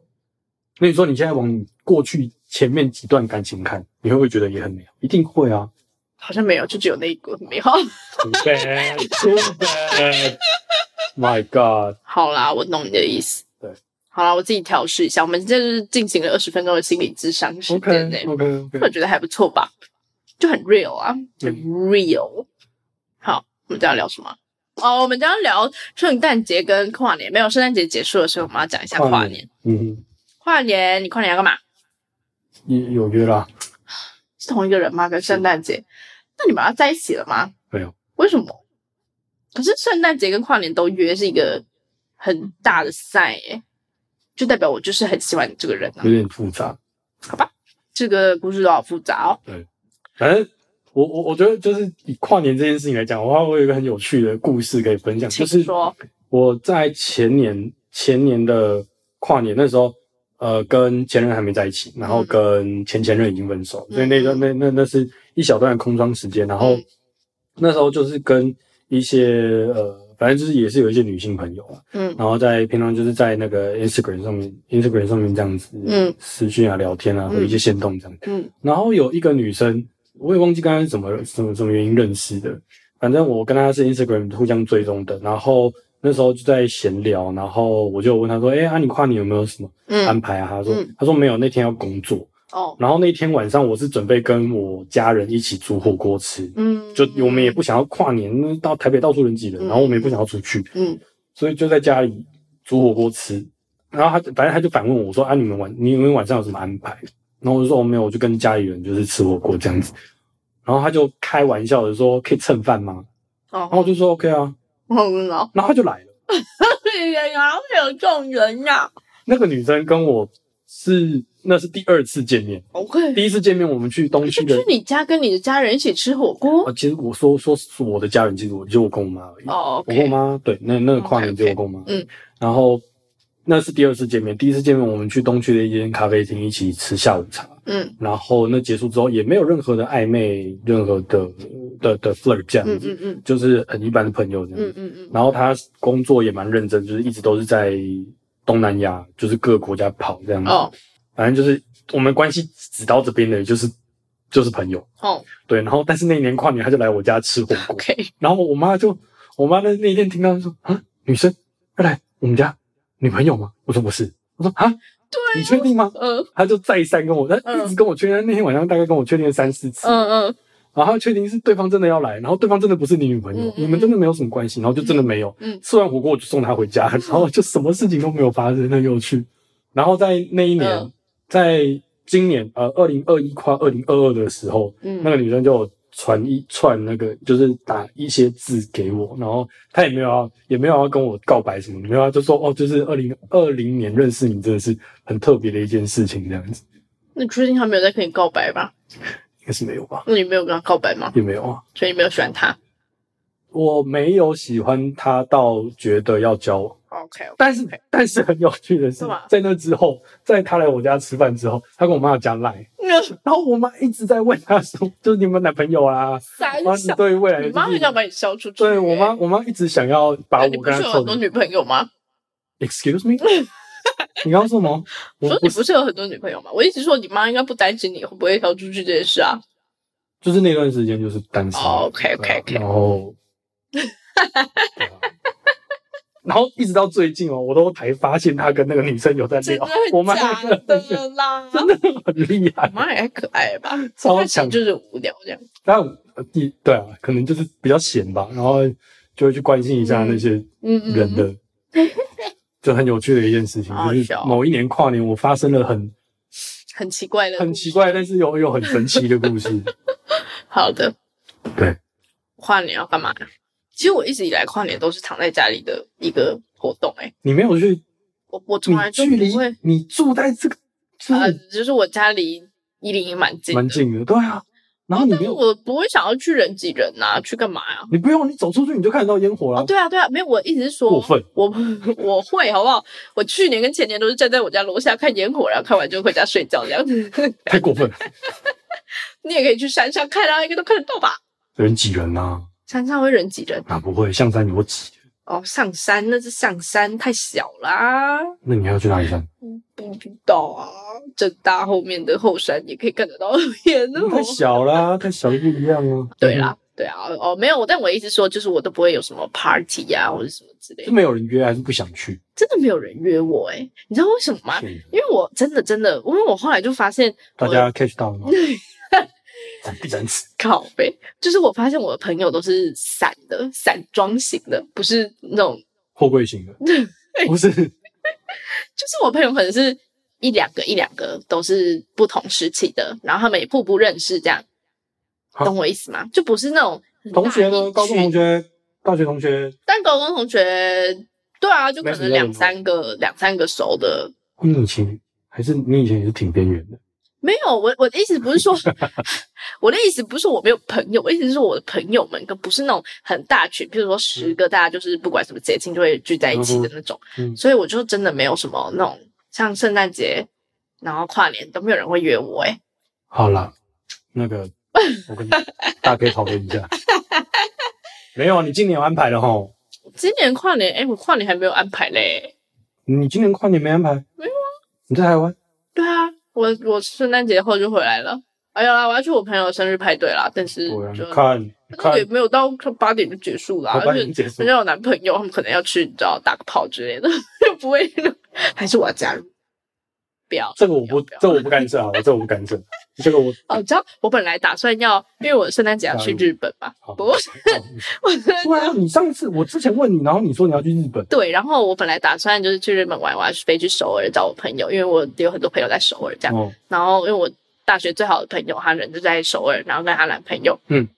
Speaker 3: 那你说你现在往你过去前面几段感情看，你会不会觉得也很美好？一定会啊！
Speaker 1: 好像没有，就只有那一个没有。
Speaker 3: 真的真的，My God！
Speaker 1: 好啦，我懂你的意思。
Speaker 3: 对，
Speaker 1: 好啦，我自己调试一下。我们这就是进行了二十分钟的心理智商时间内
Speaker 3: OK OK OK，
Speaker 1: 我觉得还不错吧，就很 real 啊，很
Speaker 3: 嗯
Speaker 1: real。好，我们这要聊什么？哦，我们这要聊圣诞节跟跨年。没有，圣诞节结束了，所以我们要讲一下跨年。，
Speaker 3: 嗯，
Speaker 1: 跨年，你跨年要干嘛？
Speaker 3: 有有约啦，
Speaker 1: 是同一个人吗？跟圣诞节？那你们要在一起了吗？
Speaker 3: 没有，
Speaker 1: 为什么？可是圣诞节跟跨年都约是一个很大的赛耶、就代表我就是很喜欢你这个人啊
Speaker 3: 有。点复杂。
Speaker 1: 这个故事都好复杂哦。
Speaker 3: 反正哎我我我觉得就是以跨年这件事情来讲的话，我有一个很有趣的故事可以分嗯享，就
Speaker 1: 请
Speaker 3: 是
Speaker 1: 说，
Speaker 3: 我在前年前年的跨年那时候，呃，跟前任还没在一起，然后跟前前任已经分手，
Speaker 1: 嗯
Speaker 3: 所以那段那那那是一小段的空窗时间。然后
Speaker 1: 嗯
Speaker 3: 那时候就是跟一些呃，反正就是也是有一些女性朋友啊，
Speaker 1: 嗯
Speaker 3: 然后在平常就是在那个 Instagram 上面，Instagram 上面这样子，
Speaker 1: 嗯
Speaker 3: 嗯，私讯啊、聊天啊，
Speaker 1: 嗯
Speaker 3: 或一些线动这样。
Speaker 1: 嗯
Speaker 3: 然后有一个女生，我也忘记刚刚什么什么什么原因认识的，反正我跟她是 Instagram 互相追踪的，然后那时候就在闲聊，然后我就问她说：“哎、啊，你跨年有没有什么安
Speaker 1: 嗯，
Speaker 3: 排啊？”她说：“
Speaker 1: 嗯
Speaker 3: 她说没有，那天要工作。
Speaker 1: 哦，
Speaker 3: 然后那天晚上我是准备跟我家人一起煮火锅吃，
Speaker 1: 嗯，
Speaker 3: 就我们也不想要跨年，那到台北到处人挤人，
Speaker 1: 嗯
Speaker 3: 然后我们也不想要出去，
Speaker 1: 嗯
Speaker 3: 所以就在家里煮火锅吃。然后他就反正他就反问我说：“啊，你们晚你们晚上有什么安排？”然后我就说：“哦，没有，我就跟家里人就是吃火锅这样子。”然后他就开玩笑的说：“可以蹭饭吗？”然后
Speaker 1: 哦，
Speaker 3: 我就说：“OK 啊。
Speaker 1: 我不知道”，
Speaker 3: 然后他就来了。
Speaker 1: 对呀，啊好像有这种人啊呀。
Speaker 3: 那个女生跟我是那是第二次见面，
Speaker 1: OK，
Speaker 3: 第一次见面我们去东
Speaker 1: 就
Speaker 3: 区的
Speaker 1: 去。哎你家跟你的家人一起吃火锅
Speaker 3: 啊，。其实我说说是我的家人，其实我就我跟我妈而已。
Speaker 1: 哦
Speaker 3: 我跟我
Speaker 1: ，OK，
Speaker 3: 妈对，那那个跨年
Speaker 1: OK，OK，
Speaker 3: 只有我跟我妈。
Speaker 1: 哦嗯，
Speaker 3: 然后那是第二次见面，第一次见面我们去东区的一间咖啡厅一起吃下午茶，
Speaker 1: 嗯
Speaker 3: 然后那结束之后也没有任何的暧昧，任何的的的 flirt 这样
Speaker 1: 嗯
Speaker 3: 子，
Speaker 1: 嗯嗯
Speaker 3: 就是很一般的朋友这样子。
Speaker 1: 嗯嗯嗯，
Speaker 3: 然后他工作也蛮认真，就是一直都是在东南亚，就是各个国家跑这样子。
Speaker 1: 哦
Speaker 3: 反正就是我们关系只到这边的，就是就是朋友。
Speaker 1: 哦
Speaker 3: 对，然后但是那一年跨年他就来我家吃火锅，
Speaker 1: ，OK，
Speaker 3: 然后我妈就，我妈那那一天听到就说啊，女生要来我们家，女朋友吗？我说不是，我说啊，
Speaker 1: 对
Speaker 3: 你确定吗？
Speaker 1: 嗯
Speaker 3: 她就再三跟我，她一直跟我确认，那天晚上大概跟我确定了三四次，
Speaker 1: 嗯嗯，
Speaker 3: 然后她确定是对方真的要来，然后对方真的不是你女朋友，
Speaker 1: 嗯嗯
Speaker 3: 你们真的没有什么关系，然后就真的没有。
Speaker 1: 嗯
Speaker 3: 吃完火锅我就送她回家，然后就什么事情都没有发生，很有趣。然后在那一年，
Speaker 1: 嗯
Speaker 3: 在今年呃二零二一跨二零二二的时候，
Speaker 1: 嗯
Speaker 3: 那个女生就有传一串那个，就是打一些字给我，然后她也没有要，也没有要跟我告白什么，没有要就说哦，就是二零二零年认识你真的是很特别的一件事情，这样子
Speaker 1: 那你确定他没有在跟你告白吧？
Speaker 3: 应该是没有吧？
Speaker 1: 那你没有跟他告白吗？
Speaker 3: 也没有啊，
Speaker 1: 所以你没有喜欢他
Speaker 3: 我没有喜欢她到觉得要交往，
Speaker 1: ？OK，
Speaker 3: 但是但是很有趣的是
Speaker 1: 干嘛，
Speaker 3: 在那之后，在她来我家吃饭之后，她跟我妈有加赖，然后我妈一直在问她说，就是你们男朋友啊，
Speaker 1: 三
Speaker 3: 然后你
Speaker 1: 小，
Speaker 3: 对未来的
Speaker 1: 你
Speaker 3: 就是
Speaker 1: 妈很想把你消出去。
Speaker 3: 对我妈，，我妈一直想要把我
Speaker 1: 你不
Speaker 3: 跟她
Speaker 1: 是有
Speaker 3: 凑
Speaker 1: 很多
Speaker 3: 成
Speaker 1: 女朋友吗？
Speaker 3: Excuse me？你刚刚说什么？
Speaker 1: 我
Speaker 3: 我
Speaker 1: 说
Speaker 3: 不
Speaker 1: 你
Speaker 3: 是，
Speaker 1: 不是有很多女朋友吗？我一直说你妈应该不担心你会不会逃出去这件事啊。
Speaker 3: 就是那段时间就是单身。
Speaker 1: 哦，OK，OK，OK
Speaker 3: 对啊然后，对啊然后一直到最近哦，我都才发现他跟那个女生有在
Speaker 1: 真
Speaker 3: 聊
Speaker 1: 的。
Speaker 3: 我妈
Speaker 1: 假
Speaker 3: 那个
Speaker 1: 的啦？
Speaker 3: 真的很厉
Speaker 1: 我
Speaker 3: 害，
Speaker 1: 妈也太可爱了吧？
Speaker 3: 超
Speaker 1: 她其实
Speaker 3: 强。
Speaker 1: 就是无聊这样。
Speaker 3: 但第对啊，可能就是比较闲吧，然后就会去关心一下那些
Speaker 1: 嗯嗯
Speaker 3: 人的，就很有趣的一件事情。
Speaker 1: 好好
Speaker 3: 就是
Speaker 1: 笑
Speaker 3: 某一年跨年，我发生了很
Speaker 1: 很奇怪的，
Speaker 3: 很奇。怪，但是又又很神奇的 故事。
Speaker 1: 好的，
Speaker 3: 对，
Speaker 1: 跨年要干嘛？其实我一直以来跨年都是躺在家里的一个活动、欸，
Speaker 3: 你没有去
Speaker 1: 我我从来
Speaker 3: 你
Speaker 1: 就
Speaker 3: 距离
Speaker 1: 不会，
Speaker 3: 你住在这个，就
Speaker 1: 呃，
Speaker 3: 是
Speaker 1: 就是我家离一零一蛮近的，
Speaker 3: 蛮近的，对啊。然后你
Speaker 1: 但
Speaker 3: 没
Speaker 1: 是
Speaker 3: 有，
Speaker 1: 我不会想要去人挤人呐、去干嘛呀、
Speaker 3: 你不用，你走出去你就看得到烟火
Speaker 1: 哦，
Speaker 3: 了。
Speaker 1: 对啊，对啊，没有，我一直说
Speaker 3: 过分，
Speaker 1: 我 我会好不好？我去年跟前年都是站在我家楼下看烟火，然后看完就回家睡觉这样 子。
Speaker 3: 太过分了，
Speaker 1: 你也可以去山上看啊，应该都看得到吧？
Speaker 3: 人挤人啊，
Speaker 1: 山上会人挤人
Speaker 3: 哪不会？象山有挤，
Speaker 1: 哦，上山那是上山太小啦，
Speaker 3: 那你还要去哪 里山？
Speaker 1: 不知道啊。正大后面的后山也可以看得到 烟火
Speaker 3: 太。小啦，太小就不一样啊。
Speaker 1: 对，啦，对啊，哦，没有，但我一直说就是我都不会有什么 party 呀、或者什么之类
Speaker 3: 是
Speaker 1: 的，
Speaker 3: 没有人约还是不想去？
Speaker 1: 真的没有人约我哎、你知道为什么吗？
Speaker 3: 骗人
Speaker 1: 因为我真的真的，因为我后来就发现
Speaker 3: 大
Speaker 1: 我
Speaker 3: 家 catch 到了吗？必然死，
Speaker 1: 靠背，就是我发现我的朋友都是散的、散装型的，不是那种，
Speaker 3: 货柜型的，不是
Speaker 1: 就是我朋友可能是一两个、一两个都是不同时期的，然后他们也互不认识，这样，
Speaker 3: 好
Speaker 1: 懂我意思吗？就不是那种很大
Speaker 3: 啊同学呢？
Speaker 1: 一
Speaker 3: 高中同
Speaker 1: 群，
Speaker 3: 学、大学同学，
Speaker 1: 但高中同学，对啊，就可
Speaker 3: 没什
Speaker 1: 能
Speaker 3: 么
Speaker 1: 两三个、两三个熟的。
Speaker 3: 你以前还是你以前也是挺边缘的。
Speaker 1: 没有，我我的意思不是 说，我的意思不是说我没有朋友，我的意思是说我的朋友们跟不是那种很大群，譬如说十个，大家就是不管什么节庆就会聚在一起的那种。
Speaker 3: 嗯哼
Speaker 1: 所以我就真的没有什么那种像圣诞节，然后跨年都没有人会约我哎、
Speaker 3: 好啦，那个我跟大家可以讨论一下。没有啊，你今年有安排了哈？
Speaker 1: 今年跨年哎、我跨年还没有安排嘞。
Speaker 3: 你今年跨年没安排？
Speaker 1: 没有
Speaker 3: 啊。你在台湾？
Speaker 1: 对啊，我我圣诞节后就回来了。哎呀，我要去我朋友生日派对啦，但是
Speaker 3: 对啊，
Speaker 1: 就
Speaker 3: 你看，你
Speaker 1: 那
Speaker 3: 看
Speaker 1: 嗯个也，没有到八点就结束啦，
Speaker 3: 好吧，
Speaker 1: 而
Speaker 3: 已
Speaker 1: 且
Speaker 3: 经结束
Speaker 1: 人。家有男朋友，他们可能要去你知道打个炮之类的，又不 会，还是我要加入。不要，
Speaker 3: 这个我
Speaker 1: 要
Speaker 3: 不
Speaker 1: 要，
Speaker 3: 这个我不干涉啊，这个我不干涉。这个我
Speaker 1: 哦，你知道我本来打算要，因为我圣诞节要去日本嘛，
Speaker 3: 好
Speaker 1: 不过我真的
Speaker 3: 对啊，你上次我之前问你，然后你说你要去日本，
Speaker 1: 对，然后我本来打算就是去日本玩玩，飞去首尔找我朋友，因为我有很多朋友在首尔这样。
Speaker 3: 哦，
Speaker 1: 然后因为我大学最好的朋友，她人就在首尔，然后跟她男朋友，
Speaker 3: 嗯，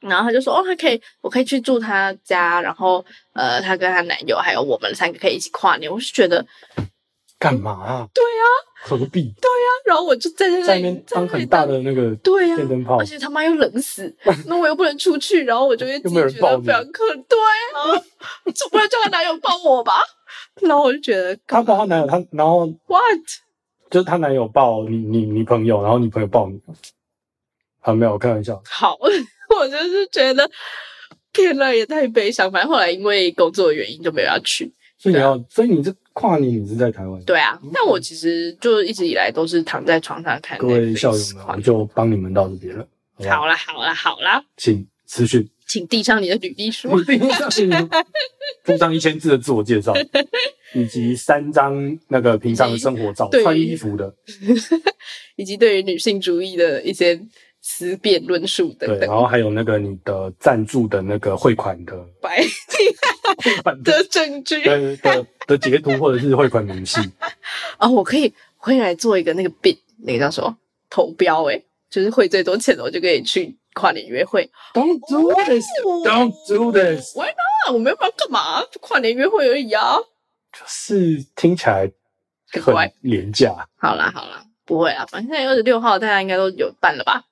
Speaker 1: 然后她就说，哦，她可以，我可以去住她家，然后呃，她跟她男友还有我们三个可以一起跨年。我是觉得，
Speaker 3: 干嘛啊？对啊，何必
Speaker 1: 然后我就在那
Speaker 3: 在那边
Speaker 1: 里
Speaker 3: 当很大，的那个
Speaker 1: 对呀、
Speaker 3: 电灯泡
Speaker 1: 而？且他妈又冷 死，那我又不能出去，然后我就会自己
Speaker 3: 又没有人
Speaker 1: 觉
Speaker 3: 抱
Speaker 1: 得
Speaker 3: 你
Speaker 1: 非常可对啊，总不能叫她男友抱我 吧？然后我就觉得
Speaker 3: 她抱她男友，她然后
Speaker 1: ，what？
Speaker 3: 就是她男友抱你，你你朋友，然后你朋友抱你。啊，没有，我开玩笑。
Speaker 1: 好，我就是觉得天呐，也太悲伤。反正后来因为工作原因就没有要去。
Speaker 3: 所以你要，所以你这跨年你是在台湾。
Speaker 1: 对啊，但我其实就一直以来都是躺在床上看
Speaker 3: 嗯各位啊
Speaker 1: Netflix
Speaker 3: 校友们，
Speaker 1: 看
Speaker 3: 我就帮你们到这边了，好不好
Speaker 1: 好啦，好啦，好啦，
Speaker 3: 请私讯，
Speaker 1: 请递上你的履历书。
Speaker 3: 附上一千字的自我介绍，以及三张那个平常的生活照，
Speaker 1: 对
Speaker 3: 穿衣服的，
Speaker 1: 以及对于女性主义的一些思辨论述等
Speaker 3: 对，然
Speaker 1: 等。
Speaker 3: 后还有那个你的赞助的那个汇款的
Speaker 1: 白
Speaker 3: 汇款的
Speaker 1: 的证据
Speaker 3: 的的的截图或者是汇款明细，
Speaker 1: 啊、我可以，我可以来做一个那个 bid，那个叫什么投标、欸？就是汇最多钱的，我就可以去跨年约会。
Speaker 3: Don't do this. Don't do this.
Speaker 1: Why 啊 not？我没有办法干嘛，就跨年约会而已啊。
Speaker 3: 就是听起来
Speaker 1: 很
Speaker 3: 很
Speaker 1: 乖
Speaker 3: 廉 价，
Speaker 1: 好啦好啦，不会啦，反正二十六号大家应该都有办了吧？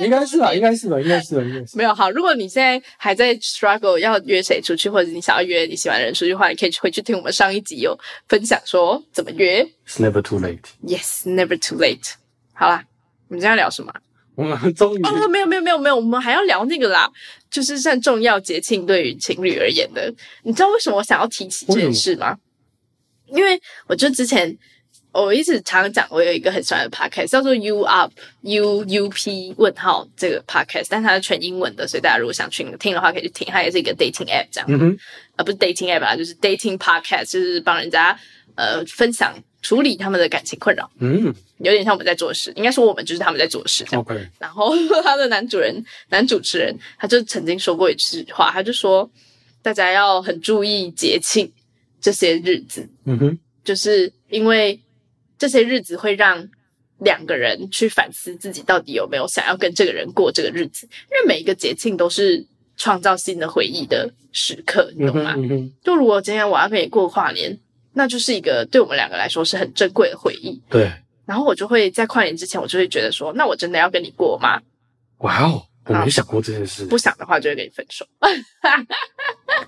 Speaker 3: 应该是吧？啊应该是吧？应该是吧？应该是吧。啊
Speaker 1: 没有好，如果你现在还在 struggle 要约谁出去，或者你想要约你喜欢的人出去的话，你可以回去听我们上一集有分享说怎么约。
Speaker 3: It's never too late.
Speaker 1: Yes，never too late。好啦，我们今天要聊什么啊？
Speaker 3: 我们终 于
Speaker 1: 哦，没有没有没有没有，我们还要聊那个啦，就是像重要节庆对于情侣而言的。你知道为什么我想要提起这件事吗？因为我就之前我一直常常讲，我有一个很喜欢的 podcast 叫做 U Up U U P 问号这个 podcast，但它是全英文的，所以大家如果想去听的话，可以去听。它也是一个 dating app 这样，
Speaker 3: 嗯哼，
Speaker 1: 呃，不是 dating app 啦，就是 dating podcast，就是帮人家呃分享处理他们的感情困扰，
Speaker 3: 嗯
Speaker 1: 有点像我们在做事，应该说我们就是他们在做事这样。
Speaker 3: ，OK，
Speaker 1: 然后 他的男主人、男主持人，他就曾经说过一句话，他就说大家要很注意节庆这些日子，
Speaker 3: 嗯哼，
Speaker 1: 就是因为这些日子会让两个人去反思自己到底有没有想要跟这个人过这个日子，因为每一个节庆都是创造新的回忆的时刻，你
Speaker 3: 嗯
Speaker 1: 懂
Speaker 3: 哼，
Speaker 1: 吗？
Speaker 3: 嗯哼，
Speaker 1: 就如果今天我要跟你过跨年，那就是一个对我们两个来说是很珍贵的回忆。
Speaker 3: 对，
Speaker 1: 然后我就会在跨年之前，我就会觉得说，那我真的要跟你过吗？
Speaker 3: 哇哦，我没想过这件事，
Speaker 1: 不想的话就会跟你分手， 因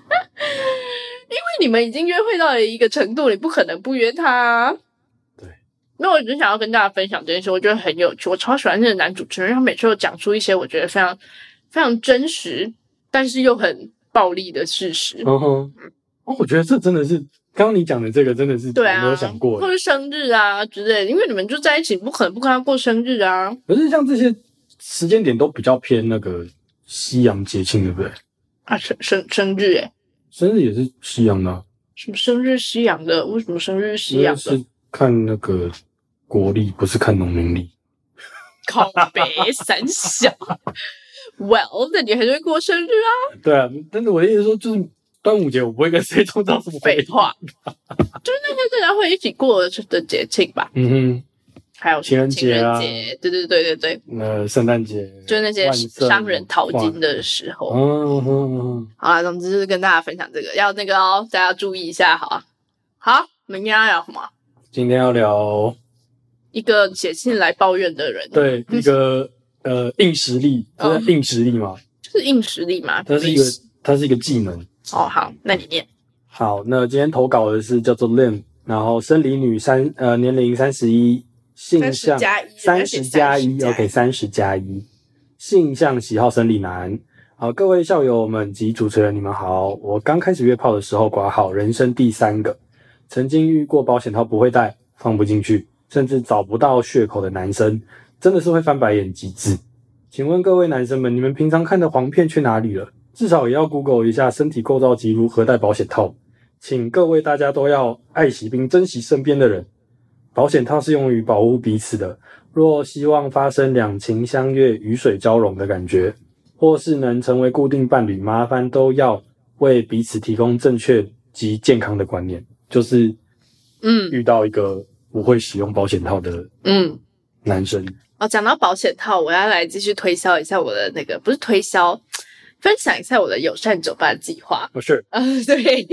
Speaker 1: 为你们已经约会到了一个程度，你不可能不约他、啊。
Speaker 3: 对，
Speaker 1: 那我只想要跟大家分享这件事，我觉得很有趣，我超喜欢这个男主持人，他每次都讲出一些我觉得非常非常真实，但是又很暴力的事实。
Speaker 3: 嗯哼，哦，我觉得这真的是刚刚你讲的这个，真的是
Speaker 1: 对
Speaker 3: 我
Speaker 1: 啊，
Speaker 3: 没有想过
Speaker 1: 或。者生日啊之类的，因为你们就在一起，不可能不跟他过生日啊。
Speaker 3: 可是像这些时间点都比较偏那个西洋节庆，对不对？
Speaker 1: 啊，生生生日、欸，
Speaker 3: 生日也是西洋的啊，
Speaker 1: 什么生日西洋的？为什么生日西洋
Speaker 3: 因
Speaker 1: 的
Speaker 3: 为？是看那个国历，不是看农民历。
Speaker 1: 靠北三小。Well，那你还是会过生日啊？
Speaker 3: 对啊，但是我的意思是说，就是端午节我不会跟谁创造什么回
Speaker 1: 废
Speaker 3: 忆。
Speaker 1: 话，就是那些大家会一起过的节庆吧，
Speaker 3: 嗯哼，
Speaker 1: 还有
Speaker 3: 情人
Speaker 1: 情
Speaker 3: 节
Speaker 1: 人
Speaker 3: 啊
Speaker 1: 节，对对对对对，
Speaker 3: 那圣诞节
Speaker 1: 就是那些
Speaker 3: 万圣
Speaker 1: 商人淘金的时
Speaker 3: 跨
Speaker 1: 候。
Speaker 3: 嗯哼嗯
Speaker 1: 好啦，总之就是跟大家分享这个，要那个哦，大家注意一下，好啊。好，明天要聊什么？
Speaker 3: 哼，今天要聊
Speaker 1: 一个写信来抱怨的人，，
Speaker 3: 对一个呃硬实力，这是硬实力嘛？
Speaker 1: 就是硬哦实力嘛。
Speaker 3: 它是一个它是一个技能。
Speaker 1: 哦，好，那你念。
Speaker 3: 好，那今天投稿的是叫做 Lim，然后生理女三呃年龄三十一，性
Speaker 1: 30
Speaker 3: 向
Speaker 1: 加一而
Speaker 3: 三
Speaker 1: 且
Speaker 3: 十加一
Speaker 1: 30加一
Speaker 3: ，OK 三十加一，性向喜好生理男。好，各位校友们及主持人，你们好。我刚开始约炮的时候，挂号人生第三个，曾经遇过保险套不会带，放不进去，甚至找不到血口的男生，真的是会翻白眼极致。请问各位男生们，你们平常看的黄片去哪里了？至少也要 Google 一下身体构造及如何戴保险套。请各位大家都要爱惜并珍惜身边的人。保险套是用于保护彼此的，若希望发生两情相悦、鱼水交融的感觉，或是能成为固定伴侣，麻烦都要为彼此提供正确及健康的观念。就是
Speaker 1: 嗯
Speaker 3: 遇到一个不会使用保险套的
Speaker 1: 嗯。
Speaker 3: 男生，
Speaker 1: 哦，讲到保险套，我要来继续推销一下我的那个，不是推销，分享一下我的友善酒吧计划。
Speaker 3: 不是
Speaker 1: 呃， 对，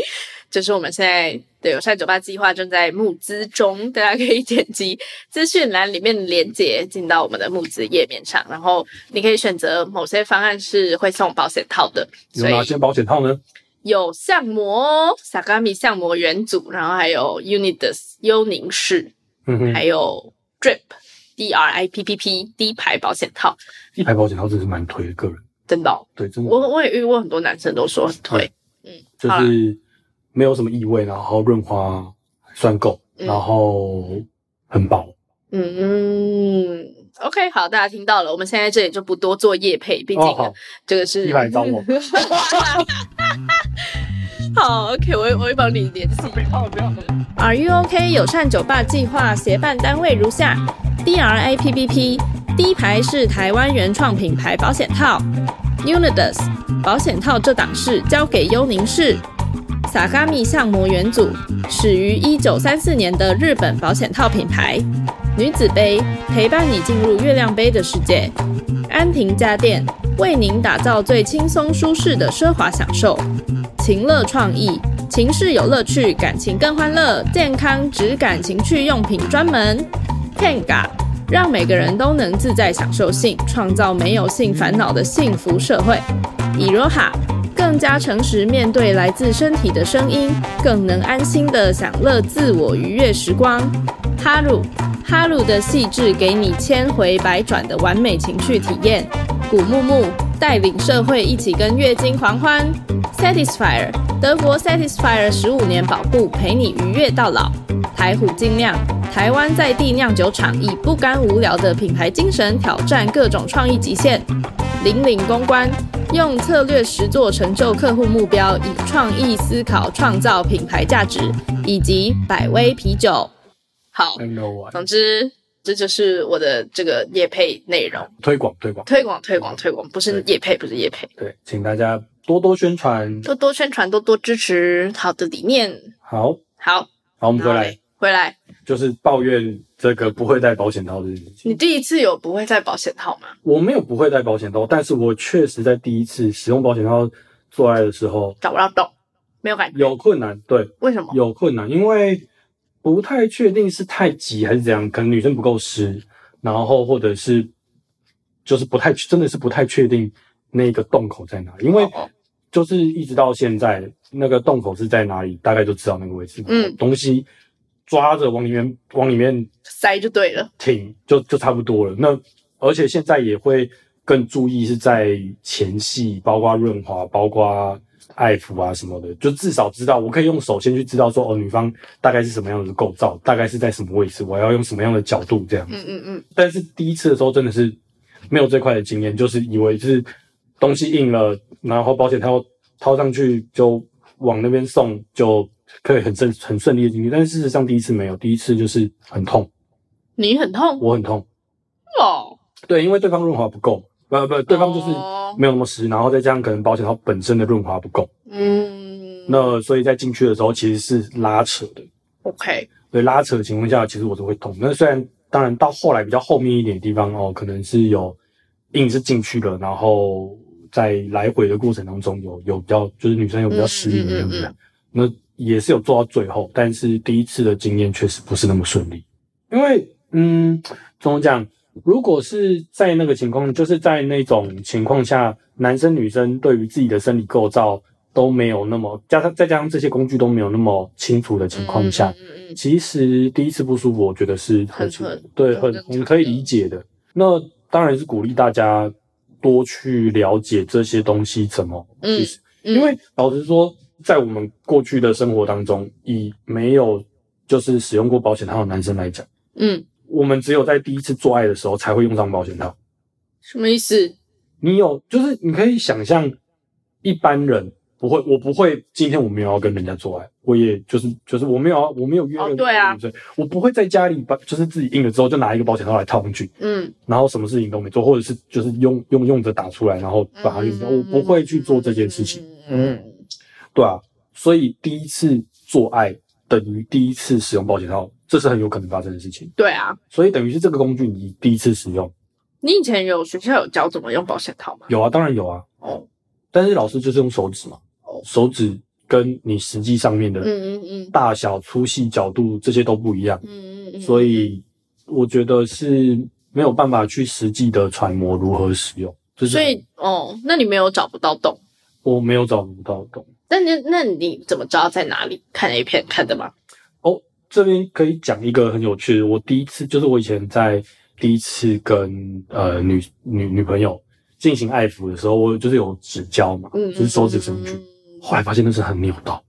Speaker 1: 就是我们现在的友善酒吧计划正在募资中，大家可以点击资讯栏里面的链接进到我们的募资页面上，然后你可以选择某些方案是会送保险套的，
Speaker 3: 有
Speaker 1: 所以
Speaker 3: 哪些保险套呢？
Speaker 1: 有哦相模、萨嘎米相模元组，然后还有 Unidas 幽宁式，
Speaker 3: 嗯哼，
Speaker 1: 还有 Drip D R I P P P 低牌保险套。
Speaker 3: 一排保险套真是蛮推的，个人
Speaker 1: 真的哦、
Speaker 3: 对，真的
Speaker 1: 我我也遇过很多男生都说很推，
Speaker 3: 就
Speaker 1: 好啦
Speaker 3: 是没有什么异味，然后润滑算够，
Speaker 1: 嗯
Speaker 3: 然后很薄。
Speaker 1: 嗯 o k 好，大家听到了，我们现在这里就不多做夜配，毕竟
Speaker 3: 哦，好，
Speaker 1: 这个是
Speaker 3: 一百找我。
Speaker 1: 好，OK，我会我会帮你联系。Are you OK？友善酒吧计划协办单位如下：DRAPPP，第一排是台湾原创品牌保险套；Unidas E 保险套这档事交给幽宁市。萨嘎米相模元组始于一九三四年的日本保险套品牌。女子杯陪伴你进入月亮杯的世界。安亭家电为您打造最轻松舒适的奢华享受。情乐创意，情事有乐趣，感情更欢乐。健康质感情趣用品专门。Tenga，让每个人都能自在享受性，创造没有性烦恼的幸福社会。Iroha，更加诚实面对来自身体的声音，更能安心的享乐自我愉悦时光。哈鲁，哈鲁的细致给你千回百转的完美情趣体验。古木木带领社会一起跟月经狂欢。Satisfier 德国 Satisfier 十五年保护，陪你愉悦到老。台虎精酿，台湾在地酿酒厂以不甘无聊的品牌精神挑战各种创意极限。引领公关，用策略实做成就客户目标，以创意思考创造品牌价值，以及百威啤酒。好
Speaker 3: I，know why
Speaker 1: 总之这就是我的这个业配内容，
Speaker 3: 推广推广，
Speaker 1: 推广推广推广，不是业配，不是业配，
Speaker 3: 对，请大家多多宣传。
Speaker 1: 多多宣传，多多支持好的理念。
Speaker 3: 好，
Speaker 1: 好，
Speaker 3: 好，我
Speaker 1: 我
Speaker 3: 们回来，
Speaker 1: 回来。
Speaker 3: 就是抱怨这个不会戴保险套这件事
Speaker 1: 你
Speaker 3: 情。
Speaker 1: 第一次有不会戴保险套吗？
Speaker 3: 我没有不会戴保险套，但是我确实在第一次使用保险套做爱的时候
Speaker 1: 找不到洞，没有感觉，
Speaker 3: 有困难，对，
Speaker 1: 为什么？
Speaker 3: 有困难，因为不太确定是太急还是怎样，可能女生不够湿，然后或者是就是不太真的是不太确定那个洞口在哪里，因为
Speaker 1: 哦
Speaker 3: 就是一直到现在那个洞口是在哪里，大概就知道那个位置，
Speaker 1: 嗯，
Speaker 3: 东西抓着往里面往里面
Speaker 1: 塞就对了。
Speaker 3: 挺就就差不多了。那而且现在也会更注意是在前戏，包括润滑，包括爱抚啊什么的，就至少知道我可以用手先去知道说哦，女方大概是什么样的构造，大概是在什么位置，我要用什么样的角度这样。
Speaker 1: 嗯嗯嗯，
Speaker 3: 但是第一次的时候真的是没有这块的经验，就是以为是东西硬了，然后保险套套上去就往那边送，就可以很顺很顺利的进去。但是事实上第一次没有，第一次就是很痛，
Speaker 1: 你很痛
Speaker 3: 我很痛。
Speaker 1: 哦。
Speaker 3: 对，因为对方润滑不够，呃不不，对方就是
Speaker 1: 哦
Speaker 3: 没有那么湿，然后再加上可能保险套本身的润滑不够，
Speaker 1: 嗯，
Speaker 3: 那所以在进去的时候其实是拉扯的，
Speaker 1: OK，
Speaker 3: 所以拉扯的情况下，其实我都会痛。那虽然当然到后来比较后面一点的地方哦，可能是有硬是进去了，然后在来回的过程当中有有比较就是女生有比较失力的
Speaker 1: 嗯嗯嗯嗯
Speaker 3: 样子，那也是有做到最后，但是第一次的经验确实不是那么顺利。因为嗯，怎么讲？如果是在那个情况，就是在那种情况下，男生女生对于自己的生理构造都没有那么，加上再加上这些工具都没有那么清楚的情况下，
Speaker 1: 嗯嗯嗯嗯
Speaker 3: 其实第一次不舒服，我觉得是
Speaker 1: 很
Speaker 3: 清
Speaker 1: 很
Speaker 3: 对，
Speaker 1: 很
Speaker 3: 很
Speaker 1: 正常
Speaker 3: 很可以理解的。那当然是鼓励大家多去了解这些东西怎么
Speaker 1: 嗯
Speaker 3: 去使
Speaker 1: 嗯
Speaker 3: 因为老实说，在我们过去的生活当中，以没有就是使用过保险套的男生来讲，
Speaker 1: 嗯，
Speaker 3: 我们只有在第一次做爱的时候才会用上保险套。
Speaker 1: 什么意思？
Speaker 3: 你有，就是你可以想象，一般人不会，我不会。今天我没有要跟人家做爱，我也就是就是我没有要我没有约
Speaker 4: 哦
Speaker 3: 任何
Speaker 4: 对啊
Speaker 3: 女生，我不会在家里把就是自己硬了之后就拿一个保险套来套进去，
Speaker 4: 嗯，
Speaker 3: 然后什么事情都没做，或者是就是用用用着打出来，然后把它用掉。我不会去做这件事情，
Speaker 4: 嗯，
Speaker 3: 对啊。所以第一次做爱等于第一次使用保险套，这是很有可能发生的事情。
Speaker 4: 对啊，
Speaker 3: 所以等于是这个工具你第一次使用，
Speaker 4: 你以前有学校有教怎么用保险套吗？
Speaker 3: 有啊，当然有啊，
Speaker 4: 哦，
Speaker 3: 但是老师就是用手指嘛，手指跟你实际上面的
Speaker 4: 嗯嗯
Speaker 3: 大小、粗细、角度这些都不一样，
Speaker 4: 嗯嗯嗯，
Speaker 3: 所以我觉得是没有办法去实际的揣摩如何使用，就是
Speaker 4: 所以哦，那你没有找不到洞，
Speaker 3: 我没有找不到懂。
Speaker 4: 那你那你怎么知道在哪里看 A 片看的吗？
Speaker 3: 这边可以讲一个很有趣的，我第一次就是我以前在第一次跟呃女女女朋友进行爱抚的时候，我就是有指交嘛，
Speaker 4: 嗯，
Speaker 3: 就是手指伸进去，后来发现那是很扭到，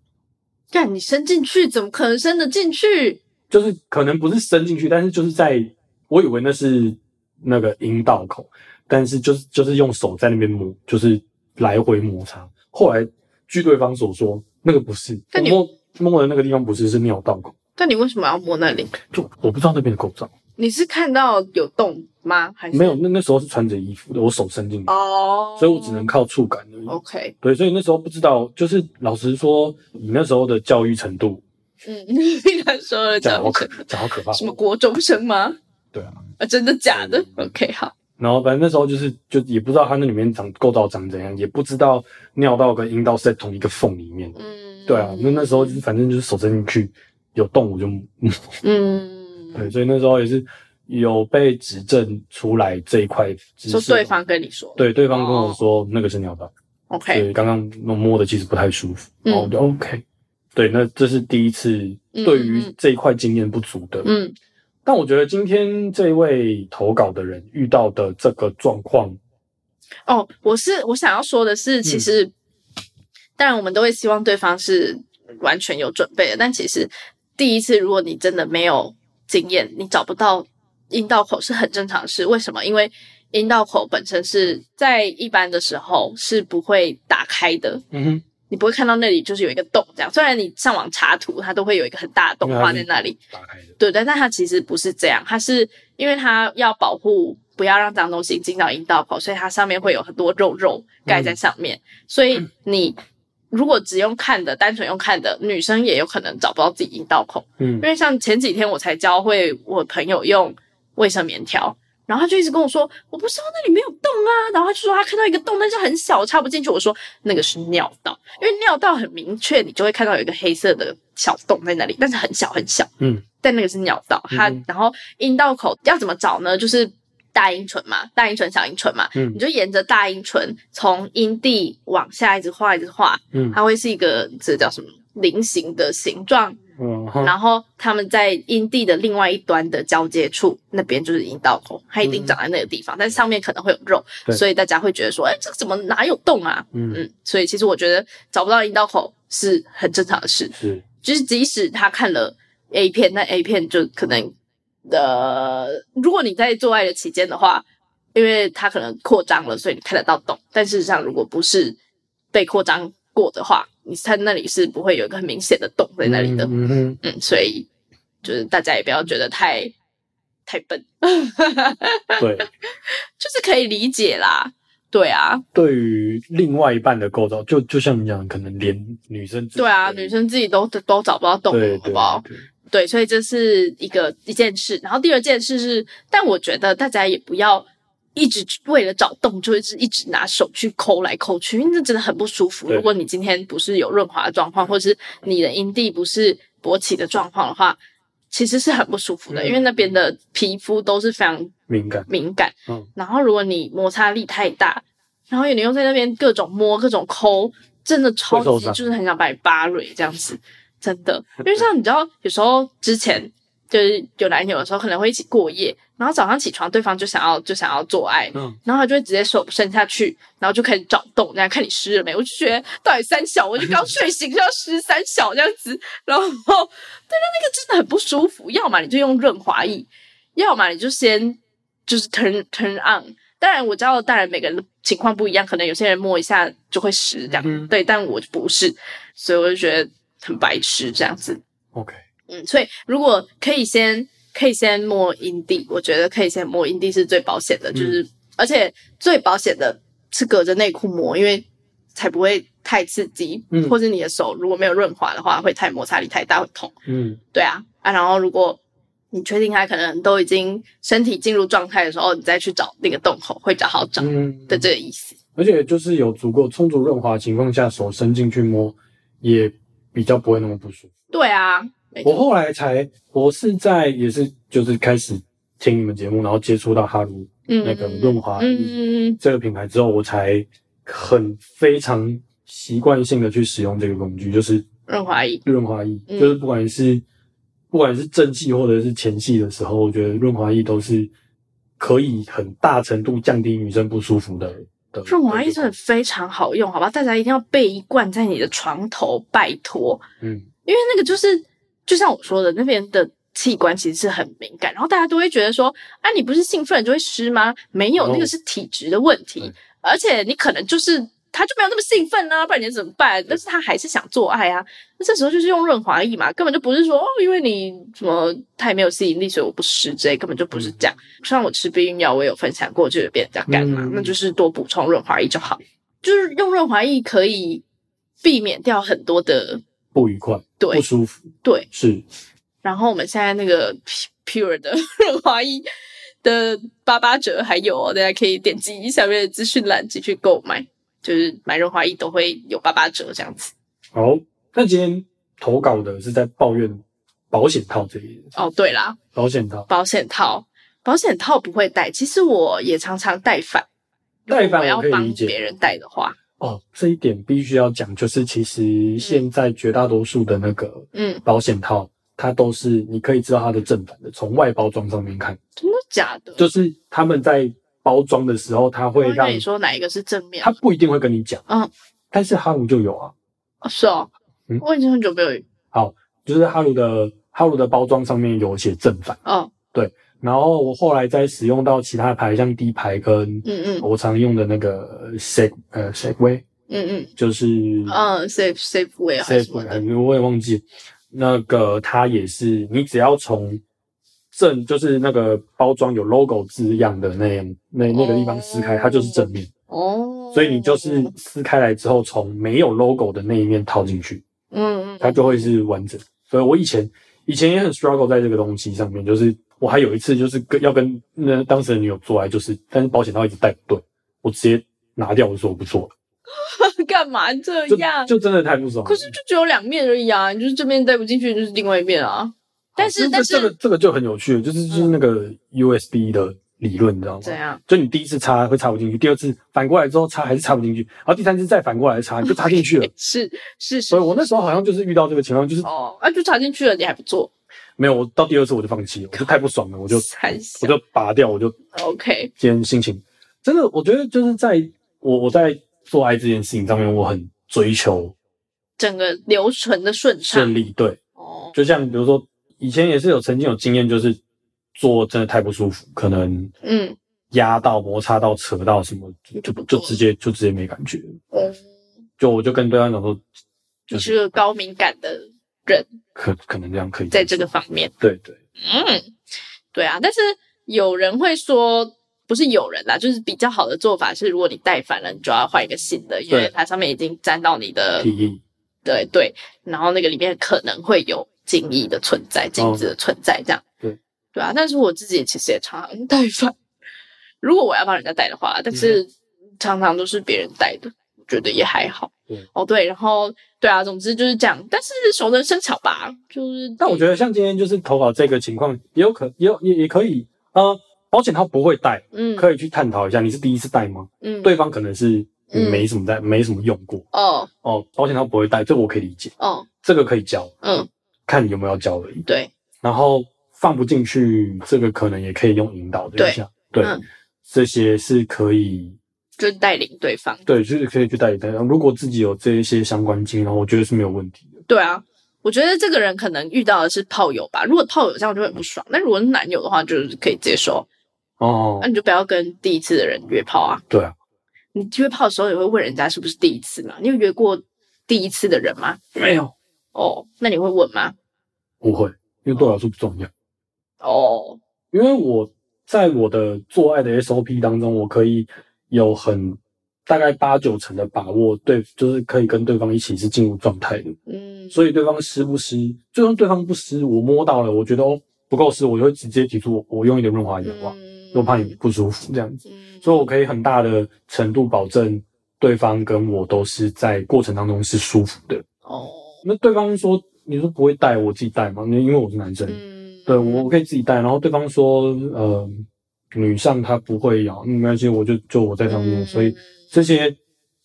Speaker 4: 干你伸进去，怎么可能伸得进去？
Speaker 3: 就是可能不是伸进去，但是就是在我以为那是那个阴道口，但是就是就是用手在那边摸，就是来回摩擦。后来据对方所说，那个不是，
Speaker 4: 那你
Speaker 3: 摸摸的那个地方不是，是尿道口，
Speaker 4: 但你为什么要摸那里？
Speaker 3: 就我不知道那边的构造。
Speaker 4: 你是看到有洞吗？还是
Speaker 3: 没有，那那时候是穿着衣服的，我手伸进去，
Speaker 4: 哦，
Speaker 3: 所以我只能靠触感而已。
Speaker 4: OK，
Speaker 3: 对，所以那时候不知道，就是老实说，你那时候的教育程度，
Speaker 4: 嗯， 你刚说了
Speaker 3: 讲
Speaker 4: 讲
Speaker 3: 好可讲好可怕。
Speaker 4: 什么国中生吗？
Speaker 3: 对啊，
Speaker 4: 啊，真的假的
Speaker 3: 嗯
Speaker 4: ？OK，好，
Speaker 3: 然后反正那时候就是就也不知道它那里面长构造长怎样，也不知道尿道跟阴道是在同一个缝里面。
Speaker 4: 嗯，
Speaker 3: 对啊，那那时候就是反正就是手伸进去有洞我就 摸
Speaker 4: 嗯，
Speaker 3: 对，所以那时候也是有被指证出来这一块知识
Speaker 4: 说
Speaker 3: 嘛。
Speaker 4: 对方跟你说，
Speaker 3: 对对方跟我说、那个是尿道。所
Speaker 4: ，OK，
Speaker 3: 以刚刚那摸的其实不太舒服，
Speaker 4: 嗯
Speaker 3: 然后我就 OK。对，那这是第一次
Speaker 4: 嗯
Speaker 3: 对于
Speaker 4: 嗯
Speaker 3: 这一块经验不足的，
Speaker 4: 嗯
Speaker 3: 但我觉得今天这位投稿的人遇到的这个状况，
Speaker 4: 哦，我是我想要说的是，
Speaker 3: 嗯
Speaker 4: 其实、当然我们都会希望对方是完全有准备的，但其实第一次如果你真的没有经验，你找不到阴道口是很正常的事。为什么？因为阴道口本身是在一般的时候是不会打开的，
Speaker 3: 嗯哼，
Speaker 4: 你不会看到那里就是有一个洞这样。虽然你上网查图，它都会有一个很大的洞
Speaker 3: 因为它
Speaker 4: 画
Speaker 3: 是
Speaker 4: 在那里，
Speaker 3: 打开的，
Speaker 4: 对，但但它其实不是这样，它是因为它要保护，不要让脏东西进到阴道口，所以它上面会有很多肉肉盖在上面。所以你如果只用看的，单纯用看的，女生也有可能找不到自己阴道口。
Speaker 3: 嗯
Speaker 4: 因为像前几天我才教会我朋友用卫生棉条，然后他就一直跟我说，我不知道那里没有洞啊，然后他就说他看到一个洞，但是很小，插不进去。我说那个是尿道，因为尿道很明确，你就会看到有一个黑色的小洞在那里，但是很小很小。
Speaker 3: 嗯，
Speaker 4: 但那个是尿道，它、
Speaker 3: 嗯哼
Speaker 4: 然后阴道口要怎么找呢？就是大阴唇嘛，大阴唇、小阴唇嘛，
Speaker 3: 嗯
Speaker 4: 你就沿着大阴唇从阴蒂往下一直画，一直画，
Speaker 3: 嗯
Speaker 4: 它会是一个这叫什么菱形的形状，
Speaker 3: 嗯哼，
Speaker 4: 然后他们在阴蒂的另外一端的交接处那边就是阴道口，它一定长在那个地方，但上面可能会有肉，
Speaker 3: 嗯对
Speaker 4: 所以大家会觉得说，哎，这个怎么哪有洞啊？
Speaker 3: 嗯
Speaker 4: 嗯，所以其实我觉得找不到阴道口是很正常的事，
Speaker 3: 是，
Speaker 4: 就是即使他看了 A 片，那 A 片就可能呃，如果你在做爱的期间的话，因为它可能扩张了，所以你看得到洞，但事实上如果不是被扩张过的话，你在那里是不会有一个很明显的洞在那里的。
Speaker 3: 嗯哼，
Speaker 4: 嗯，所以就是大家也不要觉得太太笨，
Speaker 3: 对，
Speaker 4: 就是可以理解啦。对啊，
Speaker 3: 对于另外一半的构造，就就像你讲，可能连女生自己
Speaker 4: 对啊，
Speaker 3: 的
Speaker 4: 女生自己都都找不到洞
Speaker 3: 对，
Speaker 4: 了，好
Speaker 3: 对
Speaker 4: 不好？
Speaker 3: 对
Speaker 4: 对，所以这是一个一件事。然后第二件事是，但我觉得大家也不要一直为了找洞，就是一直拿手去抠来抠去，因为那真的很不舒服。
Speaker 3: 对
Speaker 4: 如果你今天不是有润滑的状况，或者是你的阴蒂不是勃起的状况的话，其实是很不舒服的，
Speaker 3: 嗯
Speaker 4: 因为那边的皮肤都是非常
Speaker 3: 敏感，
Speaker 4: 敏感，
Speaker 3: 嗯
Speaker 4: 然后如果你摩擦力太大，然后你又在那边各种摸、各种抠，真的超
Speaker 3: 会受
Speaker 4: 级
Speaker 3: 伤
Speaker 4: 就是很想把你扒蕊这样子，真的。因为像你知道，有时候之前就是有男友的时候，可能会一起过夜，然后早上起床对方就想要就想要做爱，
Speaker 3: 嗯
Speaker 4: 然后他就会直接手伸下去，然后就开始找洞，这样看你湿了没。我就觉得到底三小，我就刚睡醒就要湿三小这样子，然后 对，那那个真的很不舒服。要么你就用润滑液，要么你就先就是 turn turn on。但当然我知道，当然每个人情况不一样，可能有些人摸一下就会湿这样，
Speaker 3: 嗯哼
Speaker 4: 对，但我就不是，所以我就觉得很白痴这样子。
Speaker 3: OK，
Speaker 4: 嗯，所以如果可以先可以先摸阴蒂，我觉得可以先摸阴蒂是最保险的，就是、
Speaker 3: 嗯
Speaker 4: 而且最保险的是隔着内裤摸，因为才不会太刺激，
Speaker 3: 嗯
Speaker 4: 或是你的手如果没有润滑的话，会太摩擦力太大会痛。
Speaker 3: 嗯
Speaker 4: 对啊，啊，然后如果你确定他可能都已经身体进入状态的时候，你再去找那个洞口会比较好找
Speaker 3: 嗯，
Speaker 4: 的这个意思。
Speaker 3: 而且就是有足够充足润滑的情况下，手伸进去摸也比较不会那么不舒服。
Speaker 4: 对啊，没
Speaker 3: 我
Speaker 4: 错，
Speaker 3: 后来才，我是在也是就是开始听你们节目，然后接触到哈鲁
Speaker 4: 嗯
Speaker 3: 那个润滑
Speaker 4: 嗯嗯嗯
Speaker 3: 这个品牌之后，我才很非常习惯性的去使用这个工具，就是
Speaker 4: 润滑液，
Speaker 3: 润滑液，
Speaker 4: 嗯
Speaker 3: 就是不管是不管是正戏或者是前戏的时候，我觉得润滑液都是可以很大程度降低女生不舒服的的。
Speaker 4: 润滑液真的
Speaker 3: 的，
Speaker 4: 非常好用，好吧？大家一定要备一罐在你的床头，拜托，
Speaker 3: 嗯，
Speaker 4: 因为那个就是就像我说的，那边的器官其实是很敏感，然后大家都会觉得说，啊，你不是兴奋了就会湿吗？没有，
Speaker 3: 哦
Speaker 4: 那个是体质的问题，
Speaker 3: 对
Speaker 4: 而且你可能就是他就没有那么兴奋啊呢、不然你怎么办？但是他还是想做爱啊，那这时候就是用润滑液嘛，根本就不是说哦，因为你什么太没有吸引力，所以我不湿之类，根本就不是这样。像我吃避孕药，我有分享过，就有变这样干嘛，
Speaker 3: 嗯
Speaker 4: 那就是多补充润滑液就好，就是用润滑液可以避免掉很多的。
Speaker 3: 不愉快，
Speaker 4: 对
Speaker 3: 不舒服，
Speaker 4: 对，
Speaker 3: 是
Speaker 4: 然后我们现在那个 P- Pure 的润滑液的八八折还有哦，大家可以点击下面的资讯栏继续购买，就是买润滑液都会有八八折这样子。
Speaker 3: 好。那今天投稿的是在抱怨保险套这一
Speaker 4: 哦，对啦，
Speaker 3: 保险套，
Speaker 4: 保险套，保险套不会戴，其实我也常常戴反。
Speaker 3: 戴反
Speaker 4: 如果
Speaker 3: 我
Speaker 4: 我
Speaker 3: 可以
Speaker 4: 要帮
Speaker 3: 理解
Speaker 4: 别人戴的话，
Speaker 3: 哦，这一点必须要讲，就是其实现在绝大多数的那个
Speaker 4: 嗯，
Speaker 3: 保险套，它都是你可以知道它的正反的，从外包装上面看，
Speaker 4: 真的假的？
Speaker 3: 就是他们在包装的时候，它
Speaker 4: 我
Speaker 3: 会让
Speaker 4: 跟你说哪一个是正面
Speaker 3: 它，不一定会跟你讲，
Speaker 4: 嗯，
Speaker 3: 但是哈鲁就有啊，
Speaker 4: 哦是哦
Speaker 3: 嗯，
Speaker 4: 我已经很久没有
Speaker 3: 就是哈鲁的哈鲁的包装上面有写正反，
Speaker 4: 哦，
Speaker 3: 然后我后来再使用到其他牌，像 D 牌跟
Speaker 4: 嗯嗯
Speaker 3: 我常用的那个 Seg 呃 Segway，
Speaker 4: 嗯
Speaker 3: 就是
Speaker 4: 嗯嗯，safe safe way 还是什么
Speaker 3: Segway，
Speaker 4: 的，
Speaker 3: 呃我也忘记那个它也是，你只要从正就是那个包装有 logo 字样的那样那那个地方撕开，
Speaker 4: 哦
Speaker 3: 它就是正面，
Speaker 4: 哦，
Speaker 3: 所以你就是撕开来之后，从没有 logo 的那一面套进去，
Speaker 4: 嗯嗯，
Speaker 3: 它就会是完整。所以我以前以前也很 struggle 在这个东西上面，就是我还有一次就是跟要跟那当时的女友做爱，就是但是保险套一直戴不对，我直接拿掉，我说我不做了，
Speaker 4: 干嘛这
Speaker 3: 就
Speaker 4: 样？
Speaker 3: 就真的太不爽了。
Speaker 4: 可是就只有两面而已啊，你就是这边带不进去，就是另外一面啊。但是
Speaker 3: 这
Speaker 4: 但
Speaker 3: 这个
Speaker 4: 是嗯
Speaker 3: 这个就很有趣了，就是就是那个 USB 的理论，你知道吗？
Speaker 4: 怎样？
Speaker 3: 就你第一次插会插不进去，第二次反过来之后插还是插不进去，然后第三次再反过来插你就插 进去了。
Speaker 4: 是是是
Speaker 3: 所以我那时候好像就是遇到这个情况，就是
Speaker 4: 哦，啊，就插进去了，你还不做？
Speaker 3: 没有我到第二次我就放弃了，我就太不爽了，我就
Speaker 4: 三小
Speaker 3: 我就拔掉，我就
Speaker 4: OK，
Speaker 3: 今天心情真的，我觉得就是在我我在做爱这件事情上面，我很追求
Speaker 4: 整个流程的顺畅
Speaker 3: 顺利。对，
Speaker 4: 哦，
Speaker 3: 就像比如说以前也是有曾经有经验，就是做真的太不舒服，可能
Speaker 4: 嗯，
Speaker 3: 压到、摩擦到、扯到什么，就就就直接就直接没感觉。
Speaker 4: 哦，
Speaker 3: 就我就跟对方讲说，
Speaker 4: 你
Speaker 3: 就是是
Speaker 4: 个高敏感的，
Speaker 3: 可可能这样可以，
Speaker 4: 在这个方面，
Speaker 3: 对对，
Speaker 4: 嗯，对啊。但是有人会说，不是有人啦，就是比较好的做法是，如果你带反了，你就要换一个新的，因为
Speaker 3: 对
Speaker 4: 它上面已经沾到你的
Speaker 3: 提议
Speaker 4: 对对，然后那个里面可能会有精液的存在、精子的存在，这样。
Speaker 3: 哦对
Speaker 4: 对啊，但是我自己其实也常常带饭，如果我要帮人家带的话，但是
Speaker 3: 嗯
Speaker 4: 常常都是别人带的，我觉得也还好
Speaker 3: 对。
Speaker 4: 哦，对，然后对啊，总之就是这样，但是熟能生巧吧，就是。
Speaker 3: 但我觉得像今天就是投稿这个情况，也有可也有也也可以啊、呃保险套不会带，
Speaker 4: 嗯，
Speaker 3: 可以去探讨一下，你是第一次带吗？
Speaker 4: 嗯，
Speaker 3: 对方可能是
Speaker 4: 嗯
Speaker 3: 没什么带，没什么用过
Speaker 4: 哦
Speaker 3: 哦，保险套不会带，这个我可以理解，
Speaker 4: 哦，
Speaker 3: 这个可以教，
Speaker 4: 嗯，
Speaker 3: 看你有没有教而已。
Speaker 4: 对，
Speaker 3: 然后放不进去，这个可能也可以用引导的一下，对，
Speaker 4: 嗯
Speaker 3: 这些是可以
Speaker 4: 就是带领对方。
Speaker 3: 对，就是可以去代理代理。如果自己有这一些相关经验，我觉得是没有问题的。
Speaker 4: 对啊，我觉得这个人可能遇到的是炮友吧。如果炮友这样就会很不爽，但如果是男友的话，就是可以接受。
Speaker 3: 哦
Speaker 4: 那，你就不要跟第一次的人约炮啊。
Speaker 3: 对啊，
Speaker 4: 你约炮的时候也会问人家是不是第一次嘛？你有约过第一次的人吗？
Speaker 3: 没有，
Speaker 4: 哦，那你会问吗？
Speaker 3: 不会，因为对我来说不重要。
Speaker 4: 哦，
Speaker 3: 因为我在我的做爱的 SOP 当中，我可以有很大概八九成的把握，对，就是可以跟对方一起是进入状态的。
Speaker 4: 嗯，
Speaker 3: 所以对方湿不湿，就算对方不湿，我摸到了，我觉得哦不够湿，我就会直接提出我我用一点润滑油啊，
Speaker 4: 嗯
Speaker 3: 我怕你不舒服这样子。
Speaker 4: 嗯
Speaker 3: 所以我可以很大的程度保证对方跟我都是在过程当中是舒服的。
Speaker 4: 哦，
Speaker 3: 那对方说你说不会带，我自己带吗？那因为我是男生，
Speaker 4: 嗯，
Speaker 3: 对我我可以自己带。然后对方说呃女上她不会咬，嗯没关系，我就就我在上面，
Speaker 4: 嗯
Speaker 3: 所以这些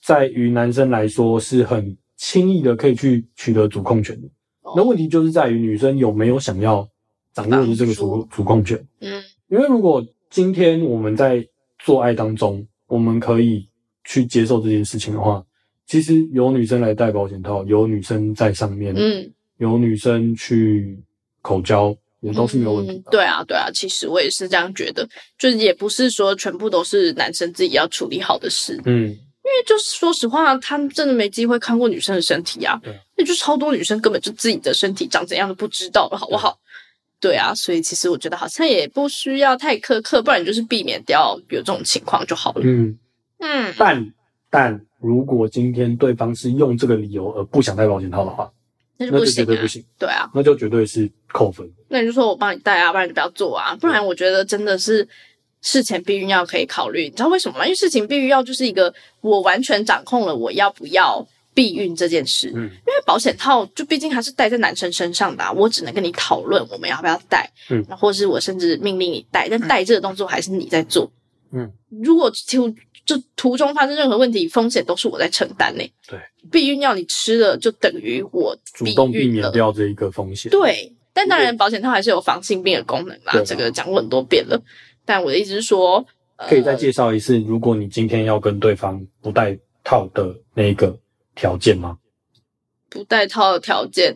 Speaker 3: 在于男生来说是很轻易的可以去取得主控权的。
Speaker 4: 哦
Speaker 3: 那问题就是在于女生有没有想要掌握的这个主主控权。
Speaker 4: 嗯
Speaker 3: 因为如果今天我们在做爱当中，我们可以去接受这件事情的话，其实有女生来戴保险套，有女生在上面，
Speaker 4: 嗯，
Speaker 3: 有女生去口交，也都是没有问题
Speaker 4: 嗯
Speaker 3: 的。
Speaker 4: 对啊，对啊，其实我也是这样觉得，就是也不是说全部都是男生自己要处理好的事，
Speaker 3: 嗯，
Speaker 4: 因为就是说实话，他们真的没机会看过女生的身体啊
Speaker 3: 对啊。
Speaker 4: 那就超多女生根本就自己的身体长怎样都不知道了，好
Speaker 3: 啊
Speaker 4: 不好？对啊，所以其实我觉得好像也不需要太苛刻，不然你就是避免掉有这种情况就好了。
Speaker 3: 嗯，
Speaker 4: 嗯，
Speaker 3: 但但如果今天对方是用这个理由而不想戴保险套的话，
Speaker 4: 那就
Speaker 3: 那
Speaker 4: 不
Speaker 3: 就
Speaker 4: 行
Speaker 3: 绝对
Speaker 4: 啊
Speaker 3: 不。行，
Speaker 4: 对啊，
Speaker 3: 那就绝对是扣分。
Speaker 4: 那你就说我帮你带啊，不然你不要做啊，不然我觉得真的是事前避孕药可以考虑，你知道为什么吗？因为事情避孕药就是一个我完全掌控了我要不要避孕这件事，
Speaker 3: 嗯
Speaker 4: 因为保险套就毕竟还是戴在男生身上的、啊，我只能跟你讨论我们要不要戴，
Speaker 3: 嗯，
Speaker 4: 或是我甚至命令你戴，但戴这个动作还是你在做，
Speaker 3: 嗯，
Speaker 4: 如果途就途中发生任何问题，风险都是我在承担呢、
Speaker 3: 对，
Speaker 4: 避孕药你吃了就等于我
Speaker 3: 主动避
Speaker 4: 避孕
Speaker 3: 免
Speaker 4: 了。
Speaker 3: 掉这一个风险。
Speaker 4: 对，但当然保险套还是有防性病的功能啦
Speaker 3: 对，啊
Speaker 4: 这个讲过很多遍了。但我的意思是说，呃
Speaker 3: 可以再介绍一次，如果你今天要跟对方不戴套的那一个条件吗？
Speaker 4: 不戴套的条件，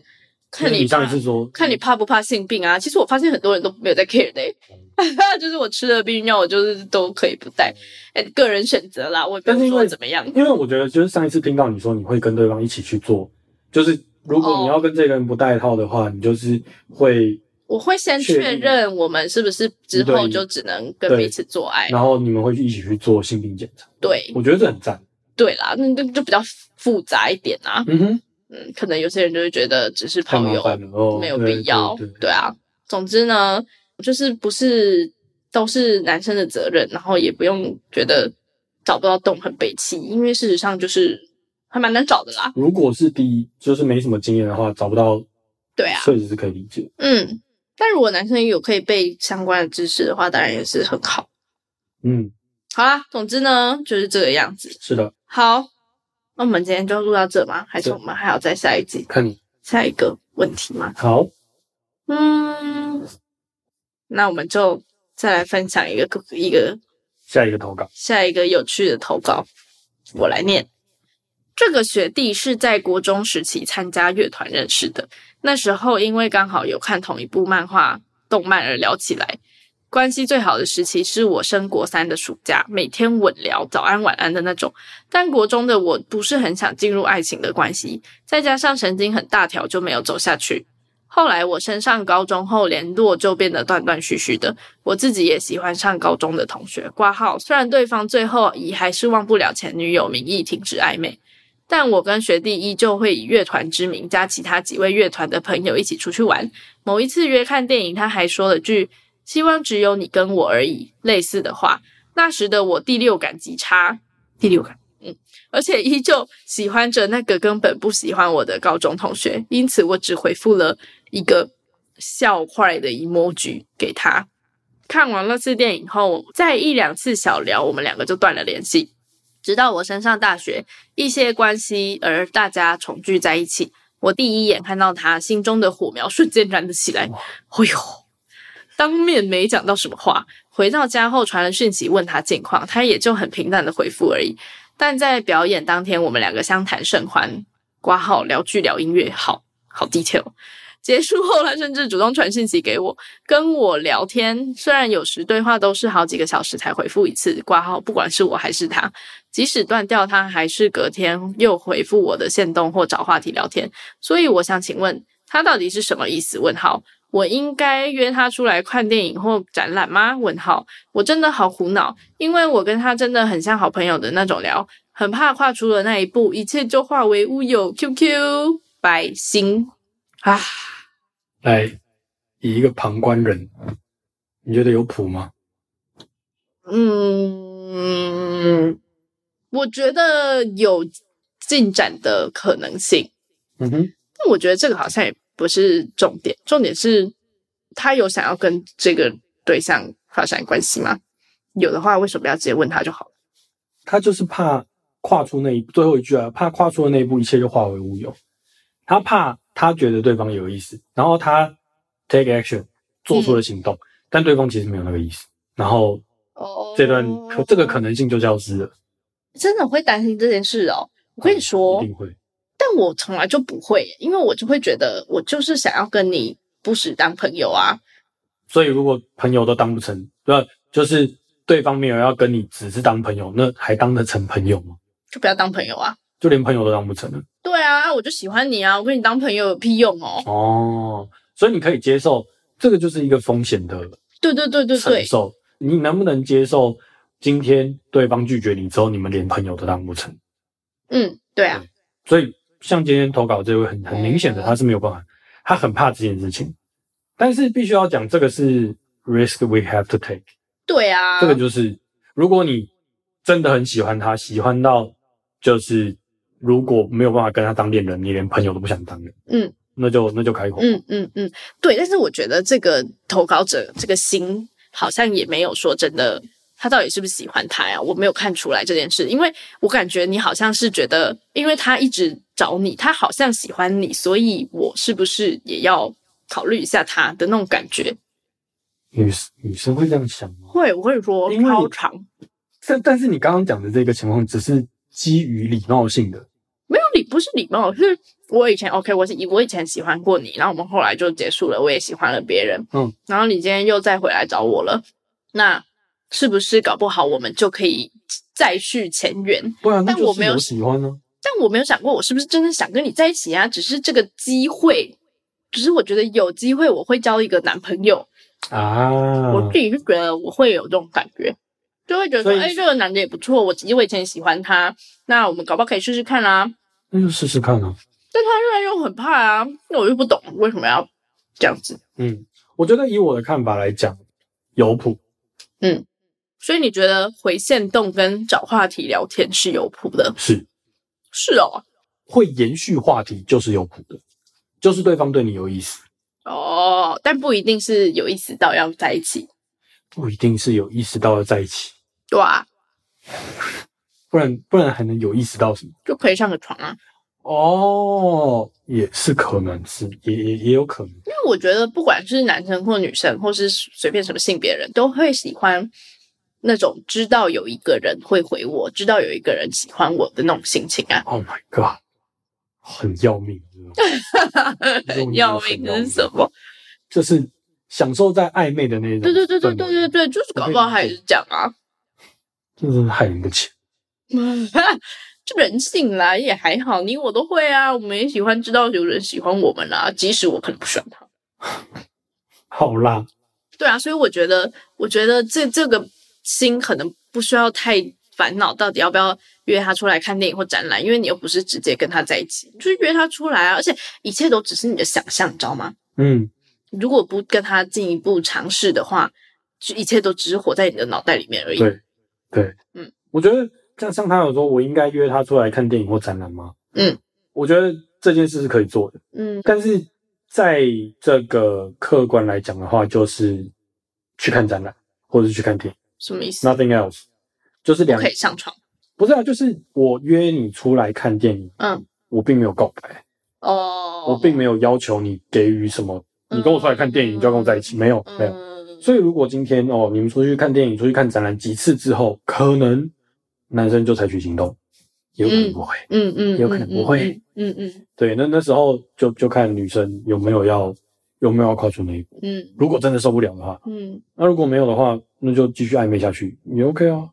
Speaker 4: 看
Speaker 3: 因为
Speaker 4: 你
Speaker 3: 你上
Speaker 4: 怕
Speaker 3: 一次说，
Speaker 4: 看你怕不怕性病啊。其实我发现很多人都没有在 care 的欸、 就是我吃了避孕药，我就是都可以不戴，哎、个人选择啦，我也不
Speaker 3: 嗯但是
Speaker 4: 用
Speaker 3: 因
Speaker 4: 说
Speaker 3: 为
Speaker 4: 怎么样。
Speaker 3: 因为我觉得就是上一次听到你说你会跟对方一起去做，就是如果
Speaker 4: 哦
Speaker 3: 你要跟这个人不戴套的话，你就是会，
Speaker 4: 我会先
Speaker 3: 确
Speaker 4: 确
Speaker 3: 定
Speaker 4: 认我们是不是之
Speaker 3: 对
Speaker 4: 后就只能跟
Speaker 3: 对
Speaker 4: 彼此做爱。
Speaker 3: 然后你们会一起去做性病检查。
Speaker 4: 对
Speaker 3: 我觉得这很赞。
Speaker 4: 对啦，那那就比较复杂一点啊。
Speaker 3: 嗯哼，
Speaker 4: 嗯，可能有些人就会觉得只是
Speaker 3: 太
Speaker 4: 炮
Speaker 3: 麻
Speaker 4: 友，
Speaker 3: 烦了哦，
Speaker 4: 没有
Speaker 3: 对
Speaker 4: 必要，
Speaker 3: 对对
Speaker 4: 对啊。总之呢，就是不是都是男生的责任，然后也不用觉得找不到洞很悲戚，因为事实上就是还蛮难找的啦。
Speaker 3: 如果是第一，就是没什么经验的话，找不到，
Speaker 4: 对啊，
Speaker 3: 确实是可以理解。
Speaker 4: 嗯。但如果男生有可以背相关的知识的话，当然也是很好。
Speaker 3: 嗯，
Speaker 4: 好啦，总之呢就是这个样子。
Speaker 3: 是的，
Speaker 4: 好，那我们今天就录到这吗？还是我们还要再下一集
Speaker 3: 看你
Speaker 4: 下一个问题吗？
Speaker 3: 好，
Speaker 4: 嗯，那我们就再来分享一个一个
Speaker 3: 下一个投稿。
Speaker 4: 下一个有趣的投稿，我来念。这个学弟是在国中时期参加乐团认识的，那时候因为刚好有看同一部漫画、动漫而聊起来。关系最好的时期是我升国三的暑假，每天稳聊早安晚安的那种。但国中的我不是很想进入爱情的关系，再加上神经很大条，就没有走下去。后来我升上高中后，联络就变得断断续续的，我自己也喜欢上高中的同学挂号，虽然对方最后以还是忘不了前女友名义停止暧昧，但我跟学弟依旧会以乐团之名加其他几位乐团的朋友一起出去玩。某一次约看电影，他还说了句“希望只有你跟我而已”类似的话。那时的我第六感极差，第六感，嗯，而且依旧喜欢着那个根本不喜欢我的高中同学，因此我只回复了一个笑坏的 emoji 给他。看完那次电影后，再一两次小聊，我们两个就断了联系。直到我升上大学，一些关系而大家重聚在一起。我第一眼看到他，心中的火苗瞬间燃了起来。哎呦！当面没讲到什么话，回到家后传了讯息问他近况，他也就很平淡的回复而已。但在表演当天，我们两个相谈甚欢，挂号聊剧聊音乐，好好 detail。结束后，他甚至主动传讯息给我，跟我聊天。虽然有时对话都是好几个小时才回复一次挂号，不管是我还是他，即使断掉，他还是隔天又回复我的线动或找话题聊天。所以我想请问他到底是什么意思？问号。我应该约他出来看电影或展览吗？问号。我真的好苦恼，因为我跟他真的很像好朋友的那种聊，很怕跨出了那一步，一切就化为乌有。QQ 百星啊，
Speaker 3: 来，以一个旁观人，你觉得有谱吗？
Speaker 4: 嗯，我觉得有进展的可能性，
Speaker 3: 嗯哼，
Speaker 4: 但我觉得这个好像也不是重点，重点是他有想要跟这个对象发展关系吗？有的话，为什么要直接问他就好了？
Speaker 3: 他就是怕跨出那一最后一句啊，怕跨出的那一步，一切就化为乌有。他怕他觉得对方有意思，然后他 take action 做出了行
Speaker 4: 嗯
Speaker 3: 动，但对方其实没有那个意思，然后
Speaker 4: 哦
Speaker 3: 这段可、这个可能性就消失了，
Speaker 4: 真的会担心这件事哦。我跟你说，
Speaker 3: 嗯一定会。
Speaker 4: 但我从来就不会耶，因为我就会觉得我就是想要跟你不时当朋友啊。
Speaker 3: 所以如果朋友都当不成，那就是对方没有要跟你只是当朋友，那还当得成朋友吗？
Speaker 4: 就不要当朋友啊。
Speaker 3: 就连朋友都当不成了
Speaker 4: 对啊，我就喜欢你啊，我跟你当朋友有屁用哦。
Speaker 3: 哦。所以你可以接受，这个就是一个风险的
Speaker 4: 对对对对
Speaker 3: 承
Speaker 4: 对，
Speaker 3: 受。你能不能接受今天对方拒绝你之后，你们连朋友都当不成？
Speaker 4: 嗯，对啊，
Speaker 3: 所以像今天投稿这位很很明显的，他是没有办法，他很怕这件事情。但是必须要讲，这个是 risk we have to take。
Speaker 4: 对啊，
Speaker 3: 这个就是，如果你真的很喜欢他，喜欢到就是如果没有办法跟他当恋人，你连朋友都不想当了，
Speaker 4: 嗯，
Speaker 3: 那就那就开口，
Speaker 4: 嗯嗯嗯，对。但是我觉得这个投稿者这个心好像也没有说真的，他到底是不是喜欢他呀？我没有看出来这件事，因为我感觉你好像是觉得，因为他一直找你，他好像喜欢你，所以我是不是也要考虑一下他的那种感觉？
Speaker 3: 女女生会这样想吗？
Speaker 4: 会，我会说
Speaker 3: 因为
Speaker 4: 超长，
Speaker 3: 但但是你刚刚讲的这个情况，只是基于礼貌性的，
Speaker 4: 没有礼不是礼貌，是我以前 OK，我是以我以前喜欢过你，然后我们后来就结束了，我也喜欢了别人，
Speaker 3: 嗯，
Speaker 4: 然后你今天又再回来找我了，那是不是搞不好我们就可以再续前缘？
Speaker 3: 不然那
Speaker 4: 但
Speaker 3: 就
Speaker 4: 我
Speaker 3: 是
Speaker 4: 没有
Speaker 3: 有喜欢啊呢、
Speaker 4: 但我没有想过我是不是真的想跟你在一起啊，只是这个机会，只是我觉得有机会我会交一个男朋友，
Speaker 3: 啊，啊
Speaker 4: 我自己是觉得我会有这种感觉，就会觉得
Speaker 3: 所以
Speaker 4: 说，哎，这个男的也不错，我我以前也喜欢他，那我们搞不好可以试试看啊啦、
Speaker 3: 那就试试看啊。
Speaker 4: 但他越来越很怕啊，那我就不懂为什么要这样子。
Speaker 3: 嗯，我觉得以我的看法来讲，有谱，
Speaker 4: 所以你觉得回线动跟找话题聊天是有谱的？
Speaker 3: 是
Speaker 4: 是哦，
Speaker 3: 会延续话题，就是有谱的，就是对方对你有意思，
Speaker 4: 哦，但不一定是有意识到要在一起，
Speaker 3: 不一定是有意识到要在一起。
Speaker 4: 对啊，
Speaker 3: 不然不然还能有意识到什么？
Speaker 4: 就可以上个床啊。
Speaker 3: 哦，也是可能是，也也也有可能。
Speaker 4: 因为我觉得不管是男生或女生，或是随便什么性别人，都会喜欢那种知道有一个人会回我，知道有一个人喜欢我的那种心情啊。
Speaker 3: Oh my god，很要命，这种 这种
Speaker 4: 要
Speaker 3: 很
Speaker 4: 命的是什么？
Speaker 3: 就是享受在暧昧的那种。
Speaker 4: 对对对对对对，对，就是搞不好还是这样啊。
Speaker 3: 这是害人不浅。
Speaker 4: 这人性啦，也还好，你我都会啊，我们也喜欢知道有人喜欢我们啦，即使我可能不喜欢他。
Speaker 3: 好啦，
Speaker 4: 对啊，所以我觉得，我觉得这这个心可能不需要太烦恼，到底要不要约他出来看电影或展览，因为你又不是直接跟他在一起，就是约他出来啊，而且一切都只是你的想象，你知道吗？
Speaker 3: 嗯，
Speaker 4: 如果不跟他进一步尝试的话，就一切都只是活在你的脑袋里面而已。
Speaker 3: 对对，
Speaker 4: 嗯，
Speaker 3: 我觉得像像他有说，我应该约他出来看电影或展览吗？
Speaker 4: 嗯，
Speaker 3: 我觉得这件事是可以做的，
Speaker 4: 嗯，
Speaker 3: 但是在这个客观来讲的话，就是去看展览或者是去看电影。
Speaker 4: 什么意思？
Speaker 3: nothing else，就是
Speaker 4: 不
Speaker 3: 两
Speaker 4: 可以上床
Speaker 3: 不是啊，就是我约你出来看电影，
Speaker 4: 嗯，
Speaker 3: 我并没有告白，
Speaker 4: 哦。
Speaker 3: 我并没有要求你给予什么，你跟我出来看电影你就要跟我在一起，没有没有。
Speaker 4: 嗯
Speaker 3: 所以如果今天哦，你们出去看电影、出去看展览几次之后，可能男生就采取行动，也有可能不会。
Speaker 4: 嗯嗯，
Speaker 3: 有可能
Speaker 4: 嗯
Speaker 3: 不会，
Speaker 4: 嗯嗯
Speaker 3: 对，那那时候就就看女生有没有要有没有要跨出那一步。
Speaker 4: 嗯
Speaker 3: 如果真的受不了的话，
Speaker 4: 嗯嗯，
Speaker 3: 那如果没有的话，那就继续暧昧下去也 OK 啊。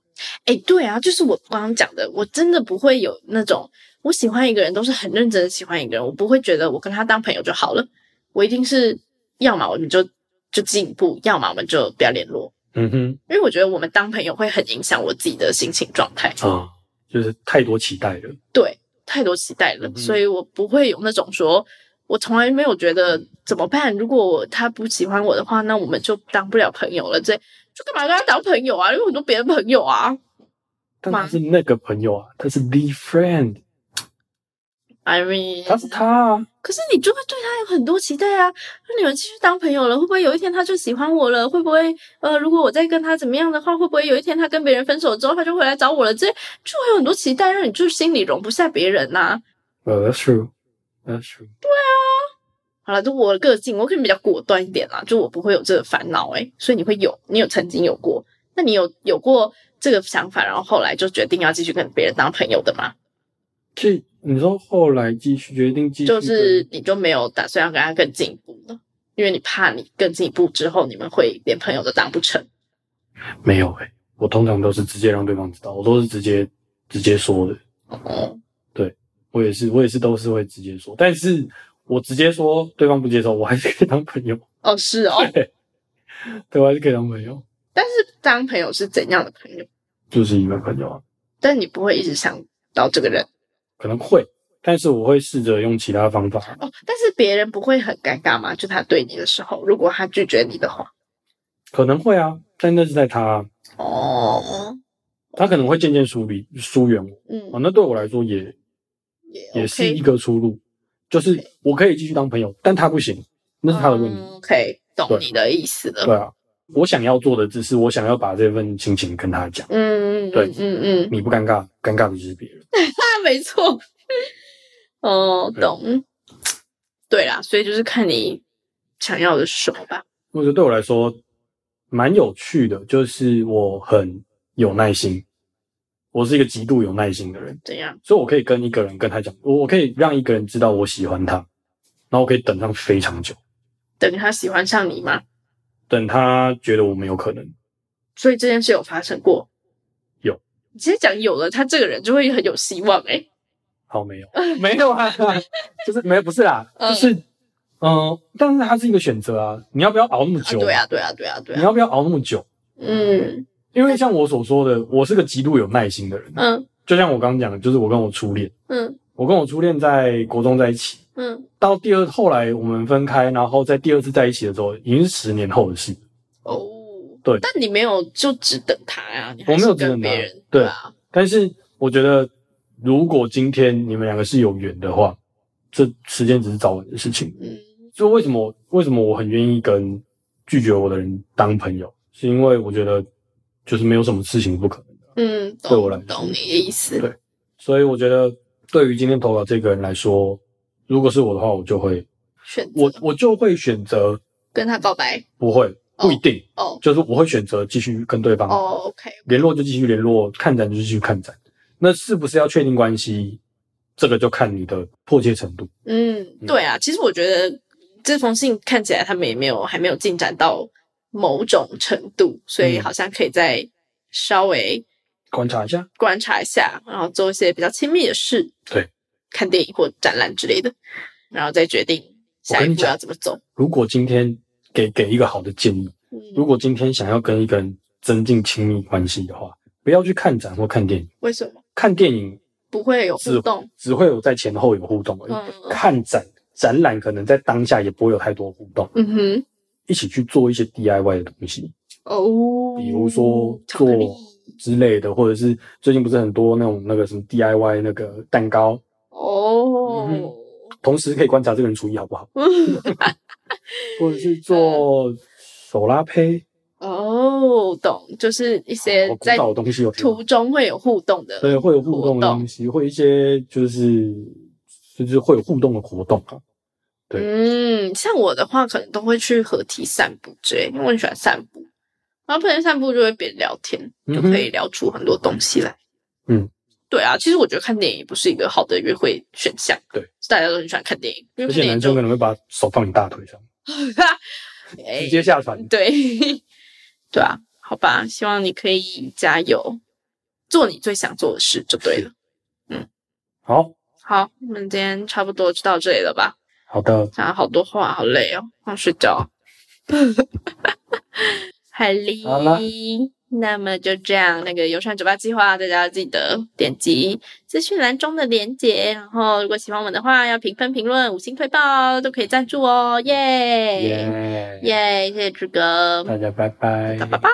Speaker 4: 哎、对啊，就是我刚刚讲的，我真的不会有那种我喜欢一个人都是很认真的喜欢一个人，我不会觉得我跟他当朋友就好了，我一定是要么我们就就进一步，要么我们就不要联络，
Speaker 3: 嗯哼，
Speaker 4: 因为我觉得我们当朋友会很影响我自己的心情状态，
Speaker 3: 啊，就是太多期待了。
Speaker 4: 对，太多期待了，
Speaker 3: 嗯哼
Speaker 4: 所以我不会有那种说。我从来没有觉得
Speaker 3: 嗯
Speaker 4: 怎么办，如果我他不喜欢我的话，那我们就当不了朋友了。这就干嘛跟他当朋友啊？有很多别的朋友啊。
Speaker 3: 但
Speaker 4: 吗
Speaker 3: 他是那个朋友啊，他是 the friend，
Speaker 4: I mean，
Speaker 3: 他是他啊。
Speaker 4: 可是你就会对他有很多期待啊！那你们继续当朋友了，会不会有一天他就喜欢我了？会不会呃，如果我再跟他怎么样的话，会不会有一天他跟别人分手之后，他就回来找我了？这就会有很多期待，让你就心里容不下别人呐、啊
Speaker 3: 呃、t h a t s true，that's true。
Speaker 4: 好了，就我的个性，我可能比较果断一点啦，就我不会有这个烦恼诶，所以你会有，你有曾经有过，那你有有过这个想法，然后后来就决定要继续跟别人当朋友的吗？
Speaker 3: 这你说后来继续决定继续
Speaker 4: 就
Speaker 3: 跟，
Speaker 4: 是你就没有打算要跟他更进一步了，因为你怕你更进一步之后，你们会连朋友都当不成。
Speaker 3: 没有哎、我通常都是直接让对方知道，我都是直接直接说的。
Speaker 4: 哦，
Speaker 3: 我也是，我也是都是会直接说，但是我直接说对方不接受，我还是可以当朋友，
Speaker 4: 哦，是哦，
Speaker 3: 对，我还是可以当朋友，
Speaker 4: 但是当朋友是怎样的朋友？
Speaker 3: 就是一个朋友啊，
Speaker 4: 但你不会一直想到这个人
Speaker 3: 可能会，但是我会试着用其他方法，
Speaker 4: 哦。但是别人不会很尴尬吗？就他对你的时候，如果他拒绝你的话，
Speaker 3: 可能会啊，但那是在他啊，
Speaker 4: 哦，
Speaker 3: 他可能会渐渐疏离疏远我
Speaker 4: 嗯
Speaker 3: 啊，，那对我来说也也是一
Speaker 4: OK，
Speaker 3: 个出路，就是我可以继续当朋友，但他不行，那是他的问题，
Speaker 4: 嗯 OK，懂
Speaker 3: 对
Speaker 4: 你的意思了。
Speaker 3: 对啊，我想要做的只是我想要把这份心情跟他讲，
Speaker 4: 嗯，嗯
Speaker 3: 对
Speaker 4: 嗯嗯嗯，
Speaker 3: 你不尴尬，尴尬的就是别人。
Speaker 4: 那 没错。 哦，
Speaker 3: 对
Speaker 4: 懂。对啦，所以就是看你想要的是什么吧。
Speaker 3: 我觉得对我来说蛮有趣的，就是我很有耐心，我是一个极度有耐心的人，
Speaker 4: 怎样？
Speaker 3: 所以我可以跟一个人跟他讲，我我可以让一个人知道我喜欢他，然后我可以等上非常久，
Speaker 4: 等他喜欢上你吗？
Speaker 3: 等他觉得我们有可能，
Speaker 4: 所以这件事有发生过。
Speaker 3: 有。
Speaker 4: 你直接讲有了，他这个人就会很有希望哎、
Speaker 3: 好没有没有啊， 就是没有不是啦，
Speaker 4: 嗯
Speaker 3: 就是嗯、呃但是它是一个选择啊，你要不要熬那么
Speaker 4: 啊，
Speaker 3: 久？
Speaker 4: 对啊，对啊，对啊，对
Speaker 3: 你
Speaker 4: 啊。
Speaker 3: 要不要熬那么久？
Speaker 4: 嗯
Speaker 3: 因为像我所说的，我是个极度有耐心的人，啊
Speaker 4: 嗯
Speaker 3: 就像我刚刚讲的，就是我跟我初恋，
Speaker 4: 嗯
Speaker 3: 我跟我初恋在国中在一起。
Speaker 4: 嗯，
Speaker 3: 到第二后来我们分开，然后在第二次在一起的时候，已经是十年后的事。
Speaker 4: 哦，
Speaker 3: 对
Speaker 4: 但你没有就只等他啊，你还
Speaker 3: 我没
Speaker 4: 是
Speaker 3: 有只
Speaker 4: 跟
Speaker 3: 等
Speaker 4: 别
Speaker 3: 他
Speaker 4: 人
Speaker 3: 对
Speaker 4: 啊，
Speaker 3: 但是我觉得，如果今天你们两个是有缘的话，这时间只是早晚的事情。
Speaker 4: 嗯
Speaker 3: 所以为什么为什么我很愿意跟拒绝我的人当朋友，是因为我觉得就是没有什么事情不可能的。
Speaker 4: 嗯，
Speaker 3: 对我来
Speaker 4: 懂
Speaker 3: 说
Speaker 4: 懂你的意思。
Speaker 3: 对所以我觉得，对于今天投稿这个人来说，如果是我的话，我就会
Speaker 4: 选择
Speaker 3: 我我就会选择
Speaker 4: 跟他告白
Speaker 3: 不会不一定，
Speaker 4: 哦
Speaker 3: 就是我会选择继续跟对方
Speaker 4: 哦，OK，
Speaker 3: 联络就继续联络，看展就继续看展。那是不是要确定关系？这个就看你的迫切程度。
Speaker 4: 嗯，对啊，其实我觉得这封信看起来他们也没有还没有进展到某种程度，所以
Speaker 3: 嗯
Speaker 4: 好像可以再稍微
Speaker 3: 观察一下，
Speaker 4: 观察一下，然后做一些比较亲密的事，
Speaker 3: 对，
Speaker 4: 看电影或展览之类的，然后再决定下一
Speaker 3: 我跟你
Speaker 4: 步
Speaker 3: 讲
Speaker 4: 要怎么走。
Speaker 3: 如果今天给给一个好的建议，
Speaker 4: 嗯，
Speaker 3: 如果今天想要跟一个人增进亲密关系的话，不要去看展或看电影。
Speaker 4: 为什么
Speaker 3: 看电影
Speaker 4: 不会有
Speaker 3: 是
Speaker 4: 互动？
Speaker 3: 只会有在前后有互动而已。
Speaker 4: 嗯
Speaker 3: 看展展览可能在当下也不会有太多互动。
Speaker 4: 嗯哼，
Speaker 3: 一起去做一些 DIY 的东西，
Speaker 4: 哦，
Speaker 3: 比如说
Speaker 4: 巧
Speaker 3: 做
Speaker 4: 克力
Speaker 3: 之类的，或者是最近不是很多那种那个什么 DIY 那个蛋糕，
Speaker 4: 哦，
Speaker 3: 嗯同时可以观察这个人厨艺好不好，
Speaker 4: 嗯
Speaker 3: 或者是做手拉
Speaker 4: 嗯
Speaker 3: 胚，哦
Speaker 4: 哦，懂，就是一些
Speaker 3: 好古
Speaker 4: 在
Speaker 3: 早的东西有
Speaker 4: 途中会有互动的，
Speaker 3: 对，会有互动的东西，会有一些就是就是会有互动的活动啊。对
Speaker 4: 嗯，像我的话，可能都会去合体散步之类，因为我很喜欢散步。然后朋友散步就会边聊天，就
Speaker 3: 嗯哼
Speaker 4: 可以聊出很多东西来。
Speaker 3: 嗯，
Speaker 4: 对啊，其实我觉得看电影不是一个好的约会选项。
Speaker 3: 对，
Speaker 4: 大家都很喜欢看电影，因
Speaker 3: 而
Speaker 4: 为
Speaker 3: 且
Speaker 4: 电影
Speaker 3: 男生
Speaker 4: 就
Speaker 3: 可能会把手放你大腿上，直
Speaker 4: 哎
Speaker 3: 接下船。
Speaker 4: 对 对啊，好吧，希望你可以加油，做你最想做的事就对了。
Speaker 3: 好
Speaker 4: 好，我们今天差不多就到这里了吧？
Speaker 3: 好的，
Speaker 4: 讲了好多话，好累哦，想睡 觉。海狸
Speaker 3: 好了，
Speaker 4: 那么就这样，那个友善酒吧计划，大家记得点击资讯栏中的连结，然后如果喜欢我们的话，要评分、评论、五星推爆，都可以赞助哦，耶
Speaker 3: 耶，
Speaker 4: 耶，谢谢志哥，
Speaker 3: 大家拜拜，
Speaker 4: 拜拜。